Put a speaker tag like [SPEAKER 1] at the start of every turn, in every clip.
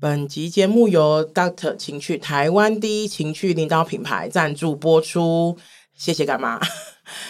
[SPEAKER 1] 本集节目由 Doctor 情趣台湾第一情趣领导品牌赞助播出，谢谢干妈。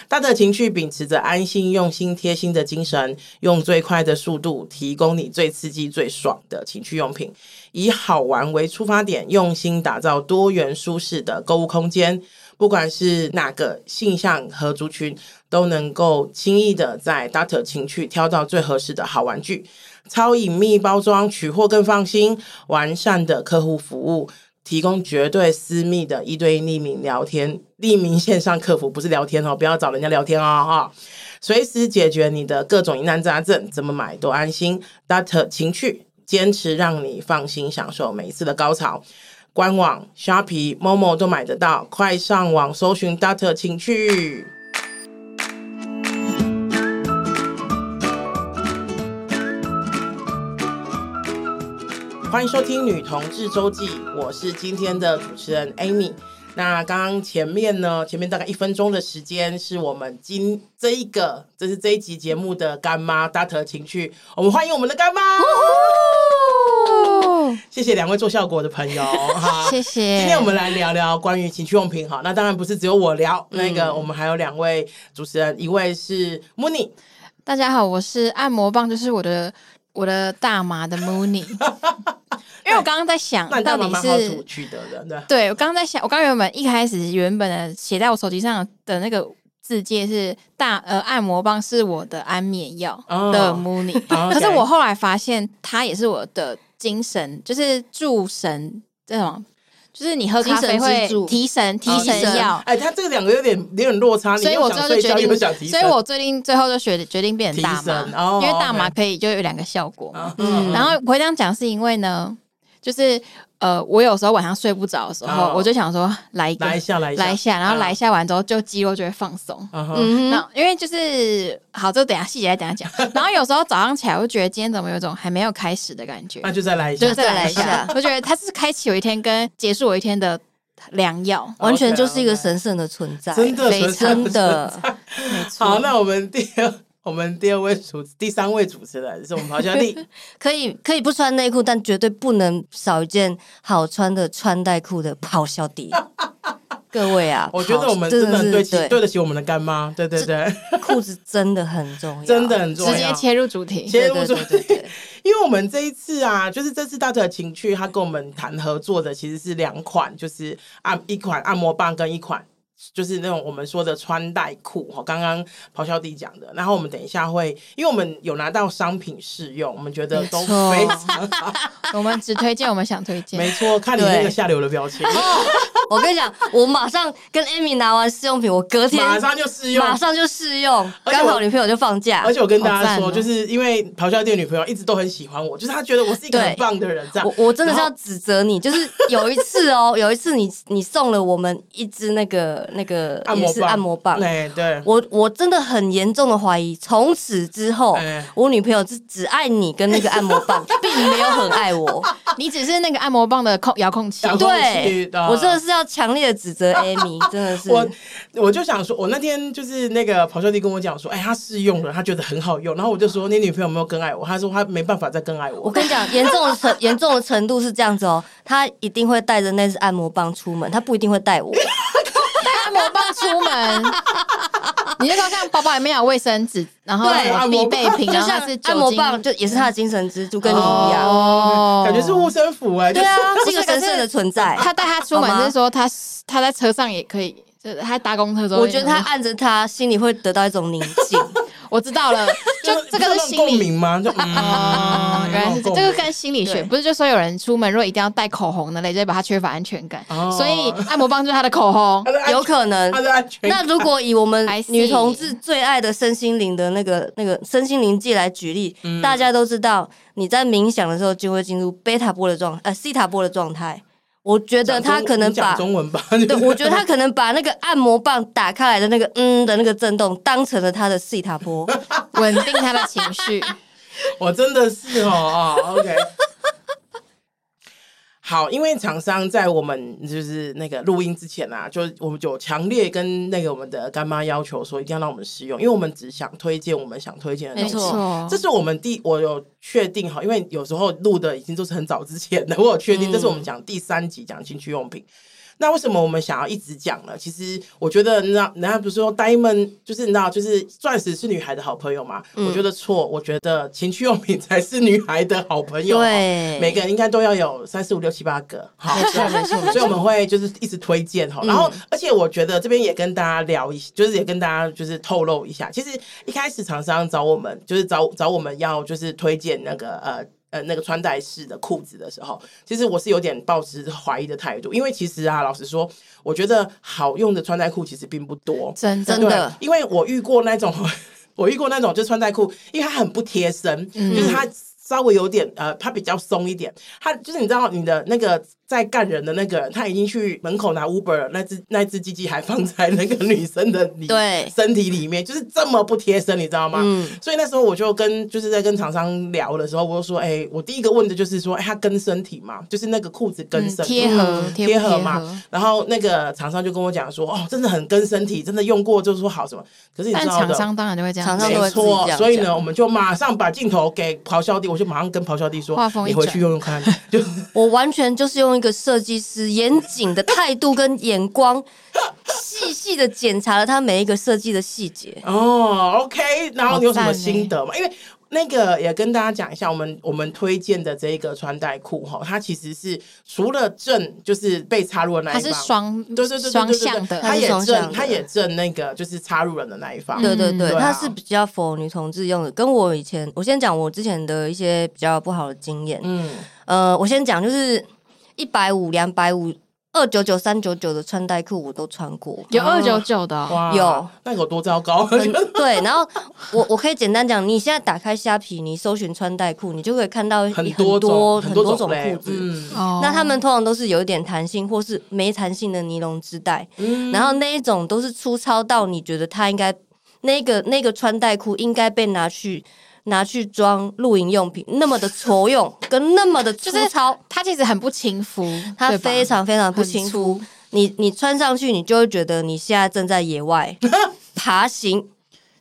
[SPEAKER 1] Doctor 情趣秉持着安心、用心、贴心的精神，用最快的速度提供你最刺激、最爽的情趣用品，以好玩为出发点，用心打造多元舒适的购物空间。不管是哪个性向和族群，都能够轻易的在 Doctor 情趣挑到最合适的好玩具。超隐秘包装，取货更放心，完善的客户服务，提供绝对私密的一对一匿名聊天，匿名线上客服不是聊天哦，不要找人家聊天哦哈。随时解决你的各种疑难杂症，怎么买都安心。Data 情趣坚持让你放心享受每一次的高潮。官网、虾皮、Momo 都买得到，快上网搜寻 Data 情趣。欢迎收听《女同志周记》，我是今天的主持人 Amy。那刚刚前面呢，前面大概一分钟的时间是我们今这一个，这是这一集节目的干妈大特情趣，我们欢迎我们的干妈，谢谢两位做效果的朋友， 哈
[SPEAKER 2] 谢谢。
[SPEAKER 1] 哦今天我们来聊聊关于情趣用品，好，那当然不是只有我聊，
[SPEAKER 2] 嗯
[SPEAKER 1] 那个我们还有两位主持人，一位是 Mooney，
[SPEAKER 2] 嗯大家好，我是按摩棒，就是我的我的大麻的 Mooney，因为我刚刚在想
[SPEAKER 1] 那你
[SPEAKER 2] 到
[SPEAKER 1] 干嘛
[SPEAKER 2] 底
[SPEAKER 1] 蛮好
[SPEAKER 2] 是
[SPEAKER 1] 取取得的，对。
[SPEAKER 2] 对我刚刚在想，我刚原本一开始原本的写在我手机上的那个字界是大呃按摩棒是我的安眠药
[SPEAKER 1] 哦
[SPEAKER 2] 的 Mooney，、
[SPEAKER 1] 哦，OK
[SPEAKER 2] 可是我后来发现它也是我的精神，就是助神这种。就是你喝咖啡
[SPEAKER 3] 精神
[SPEAKER 2] 会
[SPEAKER 3] 支柱
[SPEAKER 2] 提神，提
[SPEAKER 3] 提
[SPEAKER 2] 神
[SPEAKER 3] 神
[SPEAKER 2] 药，
[SPEAKER 1] 哎，他这两个有点有点落差，你
[SPEAKER 2] 所以
[SPEAKER 1] 又
[SPEAKER 2] 我最
[SPEAKER 1] 想
[SPEAKER 2] 后
[SPEAKER 1] 睡
[SPEAKER 2] 就决
[SPEAKER 1] 觉
[SPEAKER 2] 定
[SPEAKER 1] 又，想提神，
[SPEAKER 2] 所以我最近最后就决决定变成大
[SPEAKER 1] 提
[SPEAKER 2] 麻
[SPEAKER 1] 神，哦
[SPEAKER 2] 因为大麻
[SPEAKER 1] OK
[SPEAKER 2] 可以就有两个效果嘛。
[SPEAKER 1] 啊嗯
[SPEAKER 2] 然后我会这样讲是因为呢，就是呃，我有时候晚上睡不着的时候，
[SPEAKER 1] 哦
[SPEAKER 2] 我就想说来一个
[SPEAKER 1] 来一下来一下
[SPEAKER 2] 来一下，然后
[SPEAKER 1] 啊
[SPEAKER 2] 来一下完之后就肌肉就会放松。
[SPEAKER 1] 嗯哼
[SPEAKER 3] 嗯
[SPEAKER 2] 那
[SPEAKER 3] 哼，
[SPEAKER 2] 因为就是好，这等一下细节再等一下 讲。然后有时候早上起来，我就觉得今天怎么有一种还没有开始的感觉
[SPEAKER 1] 那，就再来一下
[SPEAKER 2] 就，再来一
[SPEAKER 3] 再来
[SPEAKER 2] 下
[SPEAKER 3] 一。
[SPEAKER 2] 我觉得它是开启我一天跟结束我一天的良药。
[SPEAKER 3] 完全就是一个
[SPEAKER 1] OK，OK
[SPEAKER 3] 神圣的存在，
[SPEAKER 1] 真的
[SPEAKER 3] 非
[SPEAKER 1] 神圣的
[SPEAKER 3] 真的，没
[SPEAKER 1] 好，
[SPEAKER 3] 错，
[SPEAKER 1] 那我们第二 我们第二位主第三位主持人是我们咆哮帝，
[SPEAKER 3] 可以可以不穿内裤，但绝对不能少一件好穿的穿带裤的咆 哮底。各位啊，
[SPEAKER 1] 我觉得我们
[SPEAKER 3] 咆
[SPEAKER 1] 真的很
[SPEAKER 3] 是
[SPEAKER 1] 对起对
[SPEAKER 3] 对
[SPEAKER 1] 得起我们的干妈，对对对，
[SPEAKER 3] 裤子真的很重要，
[SPEAKER 1] 真的很重要。
[SPEAKER 2] 直接切入主题，
[SPEAKER 1] 切
[SPEAKER 3] 对
[SPEAKER 1] 入
[SPEAKER 3] 对
[SPEAKER 1] 主
[SPEAKER 3] 对对对，
[SPEAKER 1] 因为我们这一次啊，就是这次大特情趣，他跟我们谈合作的其实是两款，就是按一款按摩棒跟一款。就是那种我们说的穿戴裤哈，刚刚咆哮帝讲的。然后我们等一下会，因为我们有拿到商品试用，我们觉得都
[SPEAKER 3] 没错
[SPEAKER 1] 非 常好，
[SPEAKER 2] 我们只推荐我们想推 荐。
[SPEAKER 1] 没错。看你那个
[SPEAKER 3] 对
[SPEAKER 1] 下流的表情，
[SPEAKER 3] 我跟你讲，我马上跟 Amy 拿完试用品，我隔天
[SPEAKER 1] 马上就试用，
[SPEAKER 3] 马上就试用，
[SPEAKER 1] 而且
[SPEAKER 3] 刚
[SPEAKER 1] 我
[SPEAKER 3] 好女朋友就放假，
[SPEAKER 1] 而且我跟大
[SPEAKER 2] 好
[SPEAKER 1] 家
[SPEAKER 2] 赞
[SPEAKER 1] 说，
[SPEAKER 2] 哦
[SPEAKER 1] 就是因为咆哮帝的女朋友一直都很喜欢我，就是她觉得我是一个
[SPEAKER 3] 对
[SPEAKER 1] 很棒的人，这样
[SPEAKER 3] 我我真的是
[SPEAKER 1] 然
[SPEAKER 3] 要
[SPEAKER 1] 后
[SPEAKER 3] 指责你，就是有一次哦， 有一次你你送了我们一支那个那个
[SPEAKER 1] 按摩
[SPEAKER 3] 也是
[SPEAKER 1] 棒，
[SPEAKER 3] 按摩棒，
[SPEAKER 1] 哎对，
[SPEAKER 3] 我我真的很严重的怀疑，从此之后
[SPEAKER 1] 哎，
[SPEAKER 3] 我女朋友是只爱你跟那个按摩棒，并没有很爱我。
[SPEAKER 2] 你只是那个按摩棒的控遥控器，
[SPEAKER 1] 遥控
[SPEAKER 3] 对
[SPEAKER 1] 器啊，
[SPEAKER 3] 我真的是要强烈的指责 Amy，真的是
[SPEAKER 1] 我我就想说，我那天就是那个咆哮帝跟我讲说，哎，他试用了，他觉得很好用，然后我就说，你女朋友有没有更爱我？他说他没办法再更爱
[SPEAKER 3] 我
[SPEAKER 1] 我。
[SPEAKER 3] 跟你讲，严重的程严重的程度是这样子哦，她一定会带着那支按摩棒出门，她不一定会带我。
[SPEAKER 2] 按摩棒出门，你就说像包包里面有卫生纸，然后
[SPEAKER 3] 对
[SPEAKER 2] 有必备品，
[SPEAKER 3] 就
[SPEAKER 2] 然后
[SPEAKER 3] 像
[SPEAKER 2] 它是酒
[SPEAKER 3] 按摩
[SPEAKER 2] 精
[SPEAKER 3] 棒，就也是她的精神支柱，跟你一样。
[SPEAKER 2] 哦
[SPEAKER 1] 感觉是护身符哎、就
[SPEAKER 3] 对
[SPEAKER 1] 是
[SPEAKER 3] 啊，是一个神圣的存在。
[SPEAKER 2] 他带他出门
[SPEAKER 3] 好吗
[SPEAKER 2] 就是说他他在车上也可以，就是他搭公车的时候，
[SPEAKER 3] 我觉得她按着她，心里会得到一种宁 静。
[SPEAKER 2] 我知道 了，就
[SPEAKER 1] 你知
[SPEAKER 2] 这个是
[SPEAKER 1] 道那种
[SPEAKER 2] 心
[SPEAKER 1] 共
[SPEAKER 2] 理。
[SPEAKER 1] 鸣吗？就
[SPEAKER 2] 哦
[SPEAKER 3] 啊
[SPEAKER 1] 嗯，，
[SPEAKER 2] 原来是这这个跟心理学，
[SPEAKER 3] 对
[SPEAKER 2] 不是就说有人出门如果一定要带口红的嘞，就会把他缺乏安全感，
[SPEAKER 1] 哦
[SPEAKER 2] 所以按摩棒就是他的口 红。
[SPEAKER 3] 有可能
[SPEAKER 1] 他的安全
[SPEAKER 3] 那
[SPEAKER 1] 感。
[SPEAKER 3] 如果以我们
[SPEAKER 2] I see
[SPEAKER 3] 女同志最爱的身心灵的那个那个身心灵界来举例，
[SPEAKER 1] 嗯
[SPEAKER 3] 大家都知道，你在冥想的时候就会进入贝塔波的状呃西塔波的状态。我觉得他可能
[SPEAKER 1] 你讲
[SPEAKER 3] 把，
[SPEAKER 1] 中文吧，
[SPEAKER 3] 对，我觉得他可能把那个按摩棒打开来的那个嗯的那个震动，当成了他的西 塔波。
[SPEAKER 2] 稳定他的情绪。
[SPEAKER 1] 我真的是哦哦，OK。好，因为厂商在我们就是那个录音之前啊，就我们就强烈跟那个我们的干妈要求说，一定要让我们试用，因为我们只想推荐我们想推荐的东
[SPEAKER 3] 没
[SPEAKER 1] 西。
[SPEAKER 3] 错
[SPEAKER 1] 这是我们第我有确定好，因为有时候录的已经都是很早之前的，我有确定，
[SPEAKER 3] 嗯
[SPEAKER 1] 这是我们讲第三集讲情趣用品。那为什么我们想要一直讲呢？其实我觉得，你知道，人家不是说 diamond 就是你知道，就是钻石是女孩的好朋友嘛？
[SPEAKER 3] 嗯
[SPEAKER 1] 我觉得错，我觉得情趣用品才是女孩的好朋友。
[SPEAKER 3] 对
[SPEAKER 1] 啊每个人应该都要有三四五六七八个，好，
[SPEAKER 3] 没错嗯没
[SPEAKER 1] 所以我们会就是一直推荐哈。然后，而且我觉得这边也跟大家聊一，就是也跟大家就是透露一下，其实一开始厂商找我们，就是找找我们要就是推荐那个呃。呃，那个穿戴式的裤子的时候，其实我是有点抱持怀疑的态度，因为其实啊，老实说，我觉得好用的穿戴裤其实并不多，
[SPEAKER 2] 真的
[SPEAKER 3] 真的
[SPEAKER 1] 对因为我遇过那种， 我遇过那种就穿戴裤，因为它很不贴身，
[SPEAKER 3] 嗯
[SPEAKER 1] 就是它稍微有点呃，它比较松一点，它就是你知道你的那个在干人的那个人，他已经去门口拿 Uber 了，那只那只鸡鸡还放在那个女生的里
[SPEAKER 3] 对嗯
[SPEAKER 1] 身体里面，就是这么不贴身，你知道吗？所以那时候我就跟就是在跟厂商聊的时候，我就说，哎、我第一个问的就是说，哎、它跟身体嘛，就是那个裤子跟身体
[SPEAKER 2] 嗯贴合贴不
[SPEAKER 1] 贴合
[SPEAKER 2] 贴合
[SPEAKER 1] 嘛。然后那个厂商就跟我讲说，哦，真的很跟身体，真的用过就说好什么。可是你
[SPEAKER 2] 但
[SPEAKER 1] 知道
[SPEAKER 2] 厂
[SPEAKER 1] 的。
[SPEAKER 2] 商当然就会这样
[SPEAKER 3] 厂
[SPEAKER 2] 子，啊
[SPEAKER 3] 商都
[SPEAKER 1] 没
[SPEAKER 3] 会自己
[SPEAKER 1] 错
[SPEAKER 3] 这，样
[SPEAKER 1] 所以呢，
[SPEAKER 3] 讲
[SPEAKER 1] 我们就马上把镜头给咆哮帝，我就马上跟咆哮帝说
[SPEAKER 2] 话：“锋一
[SPEAKER 1] 你回去
[SPEAKER 2] 转
[SPEAKER 1] 用用看。” 就是
[SPEAKER 3] 我完全就是用一个设计师严谨的态度跟眼光，细细的检查了他每一个设计的细节。
[SPEAKER 1] 哦，OK，然后
[SPEAKER 2] 好
[SPEAKER 1] 你有什么
[SPEAKER 2] 赞
[SPEAKER 1] 心
[SPEAKER 2] 欸
[SPEAKER 1] 得吗？因为那个也跟大家讲一下，我们我们推荐的这一个穿戴裤哈，它其实是除了正就是被插入的那
[SPEAKER 2] 它
[SPEAKER 1] 一
[SPEAKER 2] 是
[SPEAKER 1] 方，
[SPEAKER 2] 双
[SPEAKER 1] 对对对对对对
[SPEAKER 2] 双向的，
[SPEAKER 1] 它
[SPEAKER 3] 它是
[SPEAKER 1] 也
[SPEAKER 3] 双向
[SPEAKER 1] 正
[SPEAKER 3] 的
[SPEAKER 1] 它也正那个就是插入人的那一方，
[SPEAKER 3] 对对对，
[SPEAKER 1] 对啊
[SPEAKER 3] 它是比较否女同志用的。跟我以前，我先讲我之前的一些比较不好的经验。
[SPEAKER 1] 嗯，
[SPEAKER 3] 呃，我先讲就是一百五、两百五、二九九、三九九的穿戴裤我都穿过。
[SPEAKER 2] 有
[SPEAKER 1] 哦
[SPEAKER 2] 二九九的哦，
[SPEAKER 1] 哇，
[SPEAKER 3] 有
[SPEAKER 1] 那有多糟糕？
[SPEAKER 3] 很对，然后我我可以简单讲，你现在打开虾皮，你搜寻穿戴裤，你就可以看 到
[SPEAKER 1] 很
[SPEAKER 3] 多
[SPEAKER 1] 种
[SPEAKER 3] 很
[SPEAKER 1] 多
[SPEAKER 3] 种
[SPEAKER 1] 类
[SPEAKER 3] 裤子。
[SPEAKER 1] 嗯
[SPEAKER 2] 哦
[SPEAKER 3] 那他们通常都是有一点弹性或是没弹性的尼龙织带，
[SPEAKER 1] 嗯
[SPEAKER 3] 然后那一种都是粗糙到你觉得它应该那个那个穿戴裤应该被拿去拿去装露营用品，那么的粗用跟那么的粗
[SPEAKER 2] 就是
[SPEAKER 3] 糙，
[SPEAKER 2] 它其实很不轻浮，
[SPEAKER 3] 它
[SPEAKER 2] 对吧
[SPEAKER 3] 非常非常不清
[SPEAKER 2] 很
[SPEAKER 3] 楚
[SPEAKER 2] 粗。
[SPEAKER 3] 你你穿上去，你就会觉得你现在正在野 外爬行，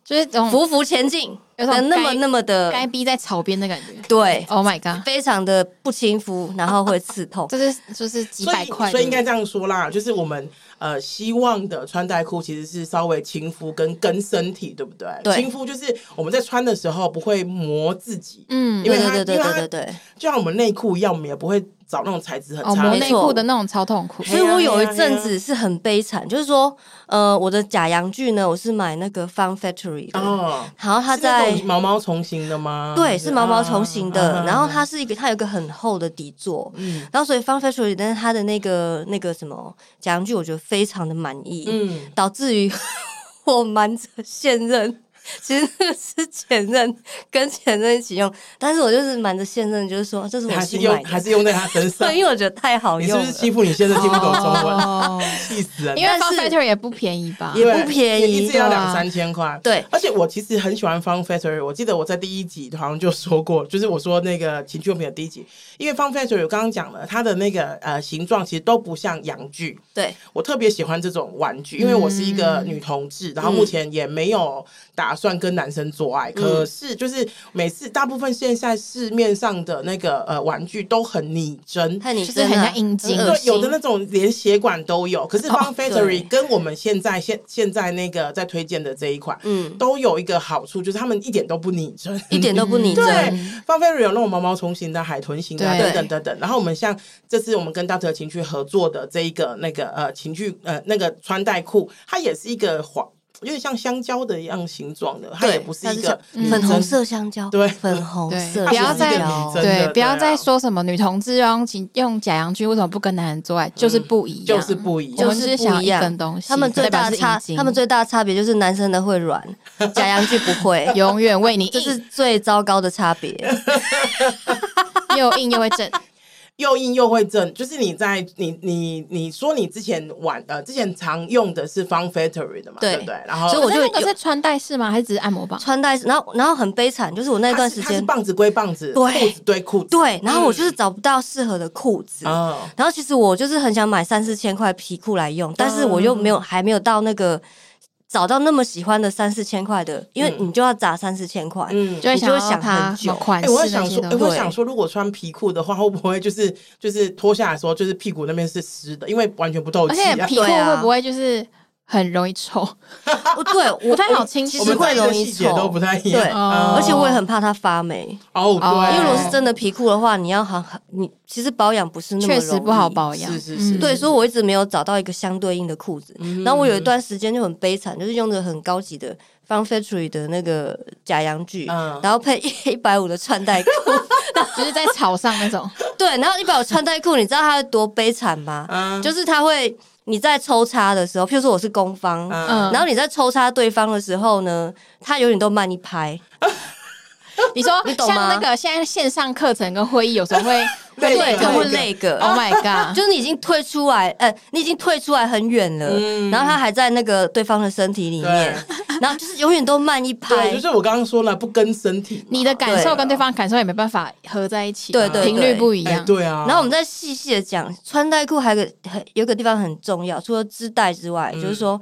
[SPEAKER 2] 就是这种
[SPEAKER 3] 匍匐前进
[SPEAKER 2] 有嗯种
[SPEAKER 3] 的那么
[SPEAKER 2] 该
[SPEAKER 3] 那么
[SPEAKER 2] 该
[SPEAKER 3] 的
[SPEAKER 2] 逼在草边的感觉。
[SPEAKER 3] 对，
[SPEAKER 2] Oh my god！
[SPEAKER 3] 非常的不亲肤，然后会刺 痛。
[SPEAKER 2] 这是就是几百块的，
[SPEAKER 1] 所以，所以应该这样说啦，就是我们呃希望的穿戴裤其实是稍微亲肤跟跟身体，对不对？
[SPEAKER 3] 对
[SPEAKER 1] 亲肤就是我们在穿的时候不会磨自己，
[SPEAKER 2] 嗯
[SPEAKER 1] 因为
[SPEAKER 3] 对
[SPEAKER 1] 它
[SPEAKER 3] 对对对
[SPEAKER 1] 因为它
[SPEAKER 3] 对对对。
[SPEAKER 1] 就像我们内裤一样，我们也不会找那种材质很
[SPEAKER 2] 哦，
[SPEAKER 1] 差
[SPEAKER 2] 磨
[SPEAKER 1] 的。
[SPEAKER 2] 内裤的那种超痛苦，
[SPEAKER 3] 所以
[SPEAKER 1] 哎
[SPEAKER 3] 我有一阵子是很悲惨，就是说，呃，我的假洋具呢，我是买那个 Fun Factory 的，
[SPEAKER 1] 哦，
[SPEAKER 3] 然后它
[SPEAKER 1] 是那
[SPEAKER 3] 在
[SPEAKER 1] 种毛毛虫型的吗？
[SPEAKER 3] 对是毛毛虫型的，
[SPEAKER 1] 啊
[SPEAKER 3] 然后它是一个它有一个很厚的底座，
[SPEAKER 1] 嗯
[SPEAKER 3] 然后所以 Fun Factory 但是它的那个那个什么假洋具，我觉得非常的满意，
[SPEAKER 1] 嗯，
[SPEAKER 3] 导致于 我瞒着现任。其实那个是 前任跟前任一起用，但是我就是瞒着现任，就是说这是我
[SPEAKER 1] 还是
[SPEAKER 3] 新买
[SPEAKER 1] 用
[SPEAKER 3] 的
[SPEAKER 1] 还，是用在他身上
[SPEAKER 3] 对，。因为我觉得太好
[SPEAKER 1] 你是
[SPEAKER 3] 用
[SPEAKER 1] 不
[SPEAKER 3] 了。
[SPEAKER 1] 是欺负你先生听不懂中文？
[SPEAKER 2] 哦
[SPEAKER 1] 气死人！
[SPEAKER 2] 因为
[SPEAKER 3] 但
[SPEAKER 2] Fun
[SPEAKER 3] 是
[SPEAKER 2] Factor 也不便宜吧？
[SPEAKER 1] 因为
[SPEAKER 3] 不便宜
[SPEAKER 1] 一次要
[SPEAKER 2] 对啊
[SPEAKER 1] 两三千块。
[SPEAKER 3] 对
[SPEAKER 1] 而且我其实很喜欢 Fun Factory，我记得我在第一集好像就说过，就是我说那个情趣用品的第一集，因为 Fun Factory 我刚刚讲了，它的那个呃形状其实都不像洋具，
[SPEAKER 3] 对，
[SPEAKER 1] 我特别喜欢这种玩具，因为我是一个女同志，然后目前也没有打算跟男生做爱。可是就是每次大部分现在市面上的那个呃玩具都很拟真，
[SPEAKER 3] 看你
[SPEAKER 2] 就是
[SPEAKER 3] 真的
[SPEAKER 2] 很像阴茎
[SPEAKER 3] 很恶
[SPEAKER 1] 对，
[SPEAKER 3] 心哦
[SPEAKER 1] 有的那种连血管都有。可是 Fun
[SPEAKER 3] 对
[SPEAKER 1] Factory 跟我们现在现现在那个在推荐的这一款，
[SPEAKER 3] 嗯，
[SPEAKER 1] 都有一个好处，就是他们一点都不拟真。
[SPEAKER 3] 一 点都不拟
[SPEAKER 1] 嗯对
[SPEAKER 3] 真。
[SPEAKER 1] ，Fun Factory 有那种毛毛虫型的、海豚型的啊
[SPEAKER 2] 对
[SPEAKER 1] 等等等等。然后我们像这次我们跟 Doctor 情趣合作的这一个那个呃情趣呃那个穿戴裤，它也是一个黄，有点像香蕉的一样形状的，它
[SPEAKER 3] 对
[SPEAKER 1] 也不是
[SPEAKER 3] 它
[SPEAKER 1] 一
[SPEAKER 3] 是
[SPEAKER 1] 个
[SPEAKER 2] 嗯
[SPEAKER 3] 粉红色香蕉，
[SPEAKER 1] 对
[SPEAKER 3] 粉红色
[SPEAKER 2] 对，
[SPEAKER 3] 香蕉，
[SPEAKER 2] 不要再
[SPEAKER 1] 它就是一个女真的
[SPEAKER 2] 对，不要
[SPEAKER 1] 对啊
[SPEAKER 2] 再说什么女同志用情用假洋具为什么不跟男人做爱，就是不一样，
[SPEAKER 1] 嗯就是不一
[SPEAKER 2] 我
[SPEAKER 1] 样
[SPEAKER 2] 们
[SPEAKER 3] 就。
[SPEAKER 2] 只是
[SPEAKER 3] 是不
[SPEAKER 2] 想
[SPEAKER 3] 一
[SPEAKER 2] 要一
[SPEAKER 3] 样
[SPEAKER 2] 根东。西，
[SPEAKER 3] 他们最
[SPEAKER 2] 代表
[SPEAKER 3] 大的
[SPEAKER 2] 是
[SPEAKER 3] 差
[SPEAKER 2] 阴，茎，
[SPEAKER 3] 他们最大的差别就是男生的会软，假洋具不 会
[SPEAKER 2] 永远为你
[SPEAKER 3] 这是
[SPEAKER 2] 硬，
[SPEAKER 3] 最糟糕的差别。
[SPEAKER 2] 又硬又会震。
[SPEAKER 1] 又硬又会震，就是你在你你你说你之前玩呃之前常用的是 Fun Factory 的嘛，
[SPEAKER 3] 对
[SPEAKER 1] 对不对？然后
[SPEAKER 3] 所以我就
[SPEAKER 2] 可是那
[SPEAKER 3] 有
[SPEAKER 2] 个是穿戴式吗？还是只是按摩棒？
[SPEAKER 3] 穿戴，然后然后很悲惨，就是我那
[SPEAKER 1] 它
[SPEAKER 3] 段
[SPEAKER 1] 是
[SPEAKER 3] 时
[SPEAKER 1] 它是
[SPEAKER 3] 间
[SPEAKER 1] 棒子归棒子，
[SPEAKER 3] 对
[SPEAKER 1] 裤子堆裤子，
[SPEAKER 3] 对，然后我就是找不到适合的裤子。
[SPEAKER 1] 哦，
[SPEAKER 3] 然后其实我就是很想买三四千块皮裤来用，但
[SPEAKER 1] 嗯
[SPEAKER 3] 是我又没有还没有到那个找到那么喜欢的三四千块的，因为
[SPEAKER 1] 嗯
[SPEAKER 3] 你就要砸三四千块。
[SPEAKER 1] 嗯，
[SPEAKER 2] 会
[SPEAKER 3] 你就会
[SPEAKER 2] 想要
[SPEAKER 3] 想
[SPEAKER 2] 它
[SPEAKER 3] 很久
[SPEAKER 2] 什么款
[SPEAKER 1] 哎、
[SPEAKER 2] 式
[SPEAKER 1] 我在
[SPEAKER 2] 那
[SPEAKER 1] 想
[SPEAKER 2] 些
[SPEAKER 1] 说，哎、
[SPEAKER 2] 东西
[SPEAKER 1] 我在想说，如果穿皮裤的话，会不会就是就是脱下来的时候就是屁股那边是湿的，因为完全不透
[SPEAKER 2] 而
[SPEAKER 1] 气、
[SPEAKER 2] 且
[SPEAKER 1] 啊。
[SPEAKER 2] 皮裤
[SPEAKER 3] 对啊
[SPEAKER 2] 会不会就是很容易臭？
[SPEAKER 3] 哦对，
[SPEAKER 2] 不
[SPEAKER 3] 我
[SPEAKER 2] 太好清洗
[SPEAKER 3] 其
[SPEAKER 1] 我
[SPEAKER 3] 实
[SPEAKER 1] 们在
[SPEAKER 3] 会
[SPEAKER 1] 意
[SPEAKER 3] 容
[SPEAKER 1] 的
[SPEAKER 3] 易
[SPEAKER 1] 细节
[SPEAKER 3] 臭，
[SPEAKER 1] 都不太一
[SPEAKER 3] 对
[SPEAKER 1] 样。嗯
[SPEAKER 2] 哦
[SPEAKER 3] 而且我也很怕它发霉。
[SPEAKER 1] 哦，
[SPEAKER 2] 哦
[SPEAKER 1] 对，
[SPEAKER 3] 因为如果是
[SPEAKER 2] 这
[SPEAKER 3] 真的皮裤的话，你要很很，你其实保养不是那么
[SPEAKER 2] 确
[SPEAKER 3] 容易
[SPEAKER 2] 实不好。保养，
[SPEAKER 1] 是是是，
[SPEAKER 2] 嗯
[SPEAKER 3] 对，所以我一直没有找到一个相对应的裤子。
[SPEAKER 1] 嗯
[SPEAKER 3] 然后我有一段时间就很悲惨，就是用着很高级的 Fun Factory 的那个假洋具，
[SPEAKER 1] 嗯
[SPEAKER 3] 然后配一百五的 穿戴裤。
[SPEAKER 2] 嗯就是在草上那种，
[SPEAKER 3] 对，然后一百五穿戴裤，你知道它有多悲惨吗？
[SPEAKER 1] 嗯
[SPEAKER 3] 就是它会你在抽插的时候，譬如说我是攻方，
[SPEAKER 1] 嗯，
[SPEAKER 2] 嗯，
[SPEAKER 3] 然后你在抽插对方的时候呢，它永远都慢一拍。
[SPEAKER 2] 你说
[SPEAKER 3] 你懂
[SPEAKER 2] 像
[SPEAKER 3] 吗
[SPEAKER 2] 那个现在线上课程跟会议有时候会
[SPEAKER 1] 累
[SPEAKER 3] 对，
[SPEAKER 1] 个
[SPEAKER 3] 它会
[SPEAKER 1] 累
[SPEAKER 3] 累个。
[SPEAKER 1] 哦
[SPEAKER 2] ，Oh my god，
[SPEAKER 3] 就是你已经退出来，呃，你已经退出来很远了，
[SPEAKER 1] 嗯
[SPEAKER 3] 然后他还在那个对方的身体里面， 然后就是永远都慢一拍，
[SPEAKER 1] 对，就是我刚刚说了，不跟身体嘛，
[SPEAKER 2] 你的感受
[SPEAKER 3] 对
[SPEAKER 2] 跟对方感受也没办法合在一起，
[SPEAKER 3] 对对
[SPEAKER 2] 频率不一
[SPEAKER 1] 哎
[SPEAKER 2] 样，
[SPEAKER 1] 对啊。
[SPEAKER 3] 然后我们再细细的讲，穿戴裤还有个很有个地方很重要，除了织带之外，
[SPEAKER 1] 嗯
[SPEAKER 3] 就是说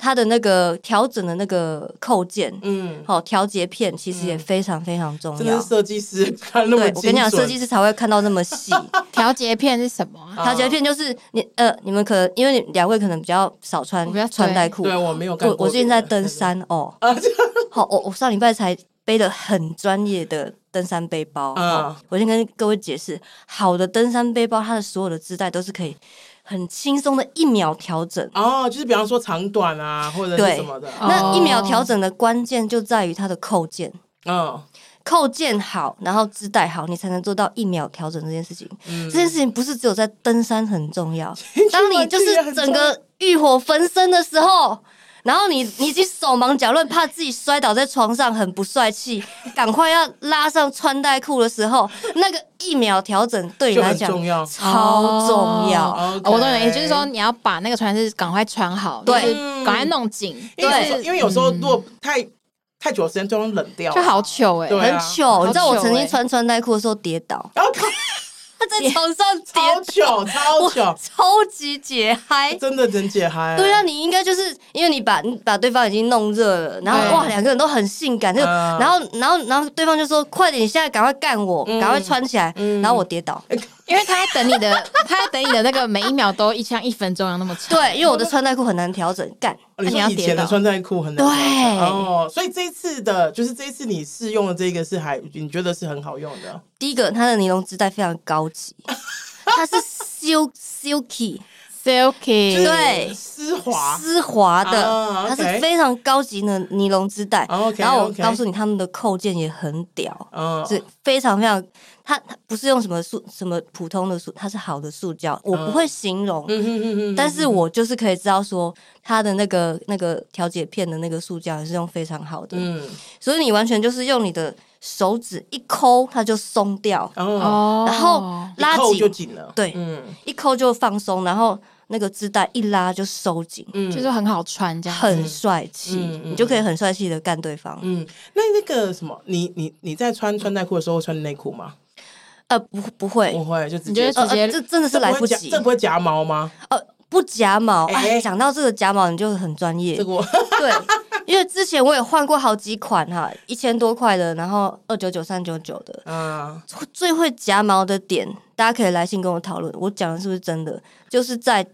[SPEAKER 3] 它的那个调整的那个扣件，
[SPEAKER 1] 嗯，
[SPEAKER 3] 好、调节片其实也非常非常重
[SPEAKER 1] 真
[SPEAKER 3] 要。
[SPEAKER 1] 的是设计师 看那么
[SPEAKER 3] 哦对，我
[SPEAKER 1] 精
[SPEAKER 3] 跟
[SPEAKER 1] 准，
[SPEAKER 3] 你讲，设计师才会看到那么 细。
[SPEAKER 2] 调节片是什么啊？
[SPEAKER 1] 啊
[SPEAKER 3] 调节片就是你呃，你们可能因为你两位可能比较少穿
[SPEAKER 2] 我比较
[SPEAKER 3] 穿戴裤，
[SPEAKER 1] 对我没有干
[SPEAKER 3] 我
[SPEAKER 1] 过
[SPEAKER 3] 我最近
[SPEAKER 1] 别
[SPEAKER 3] 在
[SPEAKER 1] 人
[SPEAKER 3] 登，山哦，
[SPEAKER 1] 啊这样
[SPEAKER 3] 好，我我上礼拜才背了很专业的登山背包。
[SPEAKER 1] 嗯
[SPEAKER 3] 嗯，我先跟各位解释，好的登山背包，它的所有的自带都是可以很轻松的一秒调整。
[SPEAKER 1] 哦，就是比方说长短啊，或者是
[SPEAKER 3] 对
[SPEAKER 1] 什么的，
[SPEAKER 2] 哦
[SPEAKER 3] 那一秒调整的关键就在于它的扣件，
[SPEAKER 1] 嗯
[SPEAKER 3] 扣件好，然后自带好，你才能做到一秒调整这件事情。
[SPEAKER 1] 嗯
[SPEAKER 3] 这件事情不是只有在登山很 重要，
[SPEAKER 1] 情
[SPEAKER 3] 当你就是整个欲火焚身的时候，然后你你已经手忙脚乱，怕自己摔倒在床上很不帅气， 赶快要拉上穿戴裤的时候， 那个一秒调整对你
[SPEAKER 1] 就
[SPEAKER 3] 来
[SPEAKER 1] 很
[SPEAKER 3] 讲
[SPEAKER 1] 重要。
[SPEAKER 3] 超重要。
[SPEAKER 2] 哦
[SPEAKER 1] OK
[SPEAKER 2] 我懂你的意思，就是说你要把那个穿是赶快穿好，
[SPEAKER 3] 对
[SPEAKER 2] 就是赶快弄紧，
[SPEAKER 1] 因为有时候
[SPEAKER 2] 就是
[SPEAKER 1] 因为有时
[SPEAKER 3] 嗯
[SPEAKER 1] 候如果太太久的时间就会冷掉，
[SPEAKER 2] 就好。糗哎，
[SPEAKER 1] 对
[SPEAKER 3] 很
[SPEAKER 1] 啊
[SPEAKER 3] 糗，你知道
[SPEAKER 2] 好糗
[SPEAKER 3] 我曾
[SPEAKER 2] 欸
[SPEAKER 3] 经穿穿戴裤的时候 跌 倒，
[SPEAKER 1] 然后超
[SPEAKER 3] 他在床上跌
[SPEAKER 1] 超久，超久，
[SPEAKER 3] 超级解嗨，
[SPEAKER 1] 真的能解嗨。
[SPEAKER 3] 哎对啊，你应该就是因为你把你把对方已经弄热了，然后、
[SPEAKER 1] 对
[SPEAKER 3] 哇，两个人都很性感，就、
[SPEAKER 1] 嗯
[SPEAKER 3] 然后然后然后对方就说：“快点，你现在赶快干我，
[SPEAKER 1] 嗯
[SPEAKER 3] 赶快穿起来。
[SPEAKER 1] 嗯
[SPEAKER 3] 然后我跌倒，
[SPEAKER 2] 因为他在等你的， 他在等你的那个每一秒都一像一分钟一样那么长，
[SPEAKER 3] 对，因为我的穿戴裤很难调整， 干
[SPEAKER 1] 哦你
[SPEAKER 2] 那你
[SPEAKER 1] 说
[SPEAKER 2] 要
[SPEAKER 1] 以
[SPEAKER 2] 跌
[SPEAKER 1] 前的
[SPEAKER 2] 倒
[SPEAKER 1] 穿戴裤很难
[SPEAKER 3] 对
[SPEAKER 1] 调整哦，所以这一次的，就是这一次你试用的这个是还你觉得是很好用的
[SPEAKER 3] 第一个它的尼龙织带非常高 级，它是 silk silky
[SPEAKER 2] ，silky，
[SPEAKER 3] 对
[SPEAKER 1] 丝滑
[SPEAKER 3] 丝滑的，
[SPEAKER 1] 啊
[SPEAKER 3] 它是
[SPEAKER 1] OK
[SPEAKER 3] 非常高级的尼龙织带。
[SPEAKER 1] 哦，OK，
[SPEAKER 3] 然后我
[SPEAKER 1] OK
[SPEAKER 3] 告诉你，他们的扣件也很屌。
[SPEAKER 1] 嗯
[SPEAKER 3] 是非常非常，它它不是用什么塑什么普通的塑，它是好的塑胶，我不会形容，
[SPEAKER 1] 嗯哼哼哼
[SPEAKER 3] 但是我就是可以知道说，它的那个那个调节片的那个塑胶也是用非常好的，
[SPEAKER 1] 嗯
[SPEAKER 3] 所以你完全就是用你的手指一抠，它就松掉，
[SPEAKER 1] 哦，
[SPEAKER 2] 哦，
[SPEAKER 3] 然后
[SPEAKER 1] 一
[SPEAKER 3] 拉
[SPEAKER 1] 扣就
[SPEAKER 3] 紧，
[SPEAKER 1] 紧了，
[SPEAKER 3] 对
[SPEAKER 1] 嗯
[SPEAKER 3] 一抠就放松，然后那个织带一拉就收紧，
[SPEAKER 1] 嗯
[SPEAKER 2] 就是很好穿这样，
[SPEAKER 3] 很帅气，
[SPEAKER 1] 嗯嗯
[SPEAKER 3] 你就可以很帅气的干对方。
[SPEAKER 1] 嗯，那那个什么，你你你在穿穿戴裤的时候会穿内裤吗？
[SPEAKER 3] 呃，不不会，
[SPEAKER 1] 不会，哦就直
[SPEAKER 2] 你觉
[SPEAKER 1] 接
[SPEAKER 2] 得
[SPEAKER 3] 呃
[SPEAKER 2] 直接
[SPEAKER 3] 呃，这真的是
[SPEAKER 1] 这
[SPEAKER 3] 来
[SPEAKER 1] 不会夹
[SPEAKER 3] 及
[SPEAKER 1] 这，不会夹毛吗？
[SPEAKER 3] 呃，不夹毛。哎，
[SPEAKER 1] 哎
[SPEAKER 3] 讲到这个夹毛，你就很专业
[SPEAKER 1] 这。个我。
[SPEAKER 3] 对，因为之前我也换过好几款哈，一千多块的，然后二九九、三九九的
[SPEAKER 2] 嗯
[SPEAKER 1] 啊，
[SPEAKER 3] 最会夹毛的点，大家可以来信跟我讨论，我讲的是不是真的？就是在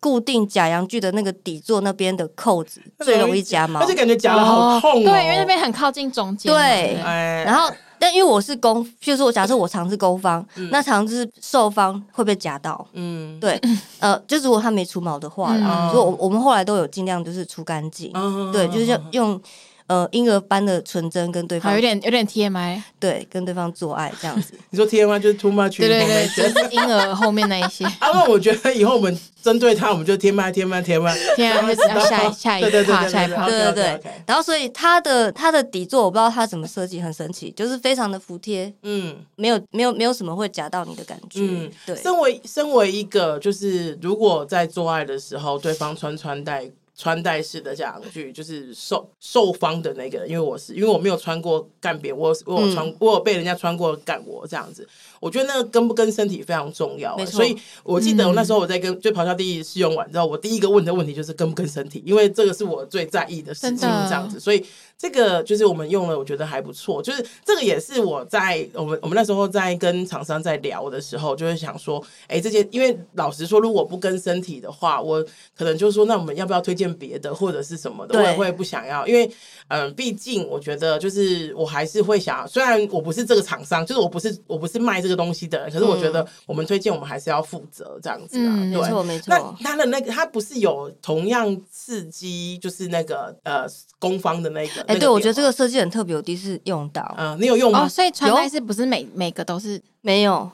[SPEAKER 3] 固定假阳具的那个底座那边的扣子最容易夹毛
[SPEAKER 1] 而且，感觉夹的好痛哦。
[SPEAKER 2] 对，因为那边很靠近中间嘛，
[SPEAKER 3] 对
[SPEAKER 2] 不
[SPEAKER 1] 哎，
[SPEAKER 3] 然后。但因为我是攻，譬如说我假设我常是攻方，那常是受方会被夹到，
[SPEAKER 1] 嗯，
[SPEAKER 3] 对，呃，就如果他没除毛的话啦，
[SPEAKER 1] 嗯
[SPEAKER 3] 所以我我们后来都有尽量就是除干净，
[SPEAKER 1] 嗯
[SPEAKER 3] 对，就是要用呃婴儿般的纯真跟对
[SPEAKER 2] 好，
[SPEAKER 3] 方
[SPEAKER 2] 有点有点 TMI，
[SPEAKER 3] 对跟对方做爱这样 子。
[SPEAKER 1] 你说 TMI 就是 too much
[SPEAKER 2] 对对对，
[SPEAKER 1] information。
[SPEAKER 2] 就是婴儿后面那一 些。
[SPEAKER 1] 啊，那我觉得以后我们针对他，我们就 TMI TMI TMI，
[SPEAKER 2] 天啊，就是要下一下一
[SPEAKER 1] 对对对
[SPEAKER 2] 趴
[SPEAKER 1] 对
[SPEAKER 2] 下一
[SPEAKER 1] 对
[SPEAKER 2] 趴，
[SPEAKER 3] 对对
[SPEAKER 1] OK，OK，OK
[SPEAKER 3] 对然后所以它的它的底座我不知道它怎么设计，很神奇，就是非常的服帖，
[SPEAKER 1] 嗯
[SPEAKER 3] 没有没有没有什么会夹到你的感觉。
[SPEAKER 1] 嗯，
[SPEAKER 3] 对，
[SPEAKER 1] 身为身为一个，就是如果在做爱的时候，对方穿穿戴穿戴式的这样具，就是受受方的那个人，因为我是因为我没有穿过干别人，我有我有
[SPEAKER 3] 嗯
[SPEAKER 1] 穿、我有被人家穿过干我这样子，我觉得那个跟不跟身体非常重要、欸
[SPEAKER 3] 没错嗯
[SPEAKER 1] 所以我记得我那时候我在跟、就咆哮第一试用完之后，我第一个问的问题就是跟不跟身体，因为这个是我最在意的事情，
[SPEAKER 2] 真的
[SPEAKER 1] 这样子，所以。这个就是我们用了，我觉得还不错。就是这个也是我在我们我们那时候在跟厂商在聊的时候，就会想说，哎，这些因为老实说，如果不跟身体的话，我可能就说，那我们要不要推荐别的或者是什么的？我
[SPEAKER 3] 对
[SPEAKER 1] 也会不想要，因为嗯、呃毕竟我觉得就是我还是会想，虽然我不是这个厂商，就是我不是我不是卖这个东西的人，可是我觉得我们推荐我们还是要负责这样子啊，
[SPEAKER 2] 嗯
[SPEAKER 1] 对。
[SPEAKER 3] 嗯没错没
[SPEAKER 1] 那
[SPEAKER 3] 错，
[SPEAKER 1] 他的那个，他不是有同样刺激，就是那个呃，攻方的那个。
[SPEAKER 3] 哎、
[SPEAKER 1] 那
[SPEAKER 3] 对我觉得这
[SPEAKER 1] 点吗，
[SPEAKER 3] 个设计很特别，我第一次用到，
[SPEAKER 1] 嗯、你有用吗？
[SPEAKER 2] 哦，所以穿戴式不是每每个都是
[SPEAKER 3] 没有。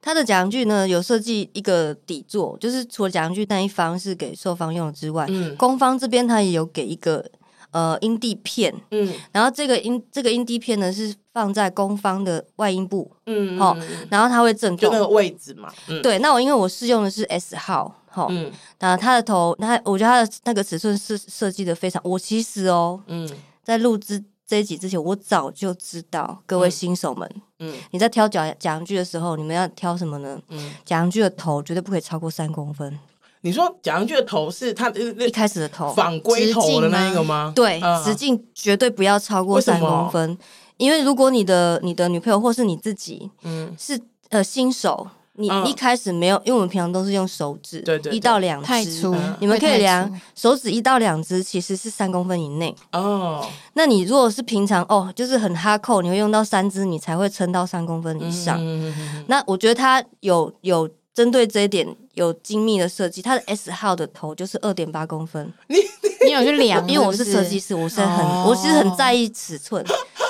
[SPEAKER 3] 它的假阳具呢，有设计一个底座，就是除了假阳具那一方是给受方用的之外，
[SPEAKER 1] 嗯
[SPEAKER 3] 攻方这边它也有给一个呃阴蒂片，
[SPEAKER 1] 嗯
[SPEAKER 3] 然后这个阴这个阴蒂片呢是放在攻方的外阴部，
[SPEAKER 1] 嗯，
[SPEAKER 3] 好
[SPEAKER 1] 嗯
[SPEAKER 3] 然后它会震
[SPEAKER 1] 就那
[SPEAKER 3] 动。
[SPEAKER 1] 个位置嘛。嗯，
[SPEAKER 3] 对，那我因为我试用的是 S 号，好、
[SPEAKER 1] 嗯
[SPEAKER 3] 那它的头，它我觉得它的那个尺寸是设计的非常。我其实哦，
[SPEAKER 1] 嗯
[SPEAKER 3] 在录制这一集之前，我早就知道各位新手们，
[SPEAKER 1] 嗯
[SPEAKER 3] 你在挑假假阳具的时候，你们要挑什么呢？
[SPEAKER 1] 嗯，
[SPEAKER 3] 假阳具的头绝对不可以超过三公分，
[SPEAKER 1] 你说假洋剧的头是它的那
[SPEAKER 3] 一开始的头，
[SPEAKER 1] 呃反龟头的那一
[SPEAKER 2] 直
[SPEAKER 1] 个
[SPEAKER 2] 径
[SPEAKER 1] 吗？
[SPEAKER 3] 啊对，
[SPEAKER 1] 嗯
[SPEAKER 3] 直径绝对不要超过
[SPEAKER 1] 为什
[SPEAKER 3] 三
[SPEAKER 1] 么
[SPEAKER 3] 公分，因为如果你的你的女朋友或是你自己
[SPEAKER 1] 嗯
[SPEAKER 3] 是呃新手，你
[SPEAKER 1] 嗯
[SPEAKER 3] 一开始没有，因为我们平常都是用手指，
[SPEAKER 1] 对对对
[SPEAKER 3] 一到两
[SPEAKER 2] 太
[SPEAKER 3] 指
[SPEAKER 2] 粗
[SPEAKER 1] 嗯，
[SPEAKER 3] 你们可以
[SPEAKER 2] 会
[SPEAKER 3] 量
[SPEAKER 2] 太粗
[SPEAKER 3] 手指一到两指其实是三公分以内。
[SPEAKER 1] 哦
[SPEAKER 3] 那你如果是平常哦，就是很哈扣，你会用到三支，你才会撑到三公分以
[SPEAKER 1] 嗯
[SPEAKER 3] 上。
[SPEAKER 1] 嗯嗯
[SPEAKER 3] 那我觉得它有有针对这一点有精密的设计，它的 S 号的头就是二点八公分，
[SPEAKER 2] 你有去量，
[SPEAKER 3] 因为我
[SPEAKER 2] 是
[SPEAKER 3] 是
[SPEAKER 2] 不是
[SPEAKER 3] 设计师，我是很、
[SPEAKER 1] 哦
[SPEAKER 3] 我其实很在意尺寸。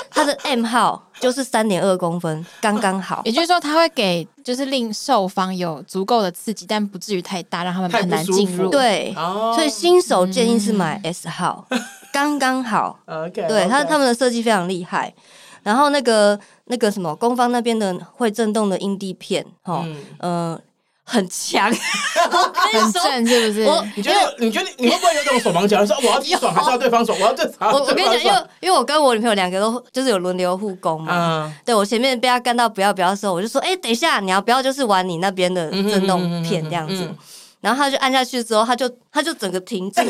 [SPEAKER 3] 它的 M 号就是三点二公分，刚刚好。
[SPEAKER 2] 也就是说，它会给就是令受方有足够的刺激，但不至于太大，让他们
[SPEAKER 1] 太
[SPEAKER 2] 很
[SPEAKER 1] 不
[SPEAKER 2] 难
[SPEAKER 1] 舒
[SPEAKER 2] 进
[SPEAKER 1] 服
[SPEAKER 2] 入。
[SPEAKER 3] 对
[SPEAKER 1] 嗯，哦，嗯
[SPEAKER 3] 所以新手建议是买 S 号，刚刚 好。
[SPEAKER 1] OK，
[SPEAKER 3] 对他他
[SPEAKER 1] 们
[SPEAKER 3] 们的设计非常厉害。然后那个那个什么，攻方那边的会震动的阴蒂片，哦，嗯、呃，很强。
[SPEAKER 2] 很正是不是？
[SPEAKER 3] 我
[SPEAKER 1] 你觉得你觉得你会不会有这种手忙脚乱，说我要自己 爽还是要对方爽？我要对方
[SPEAKER 3] 我我跟你 讲，因
[SPEAKER 1] 爽
[SPEAKER 3] 为因为我跟我女朋友两个都就是有轮流护工嘛。
[SPEAKER 1] 啊，
[SPEAKER 3] 对我前面被她干到不要不要的时候，我就说，哎、等一下，你要不要就是玩你那边的震动片这样子。
[SPEAKER 1] 嗯
[SPEAKER 3] 然后她就按下去之后，她就她就整个停 住，她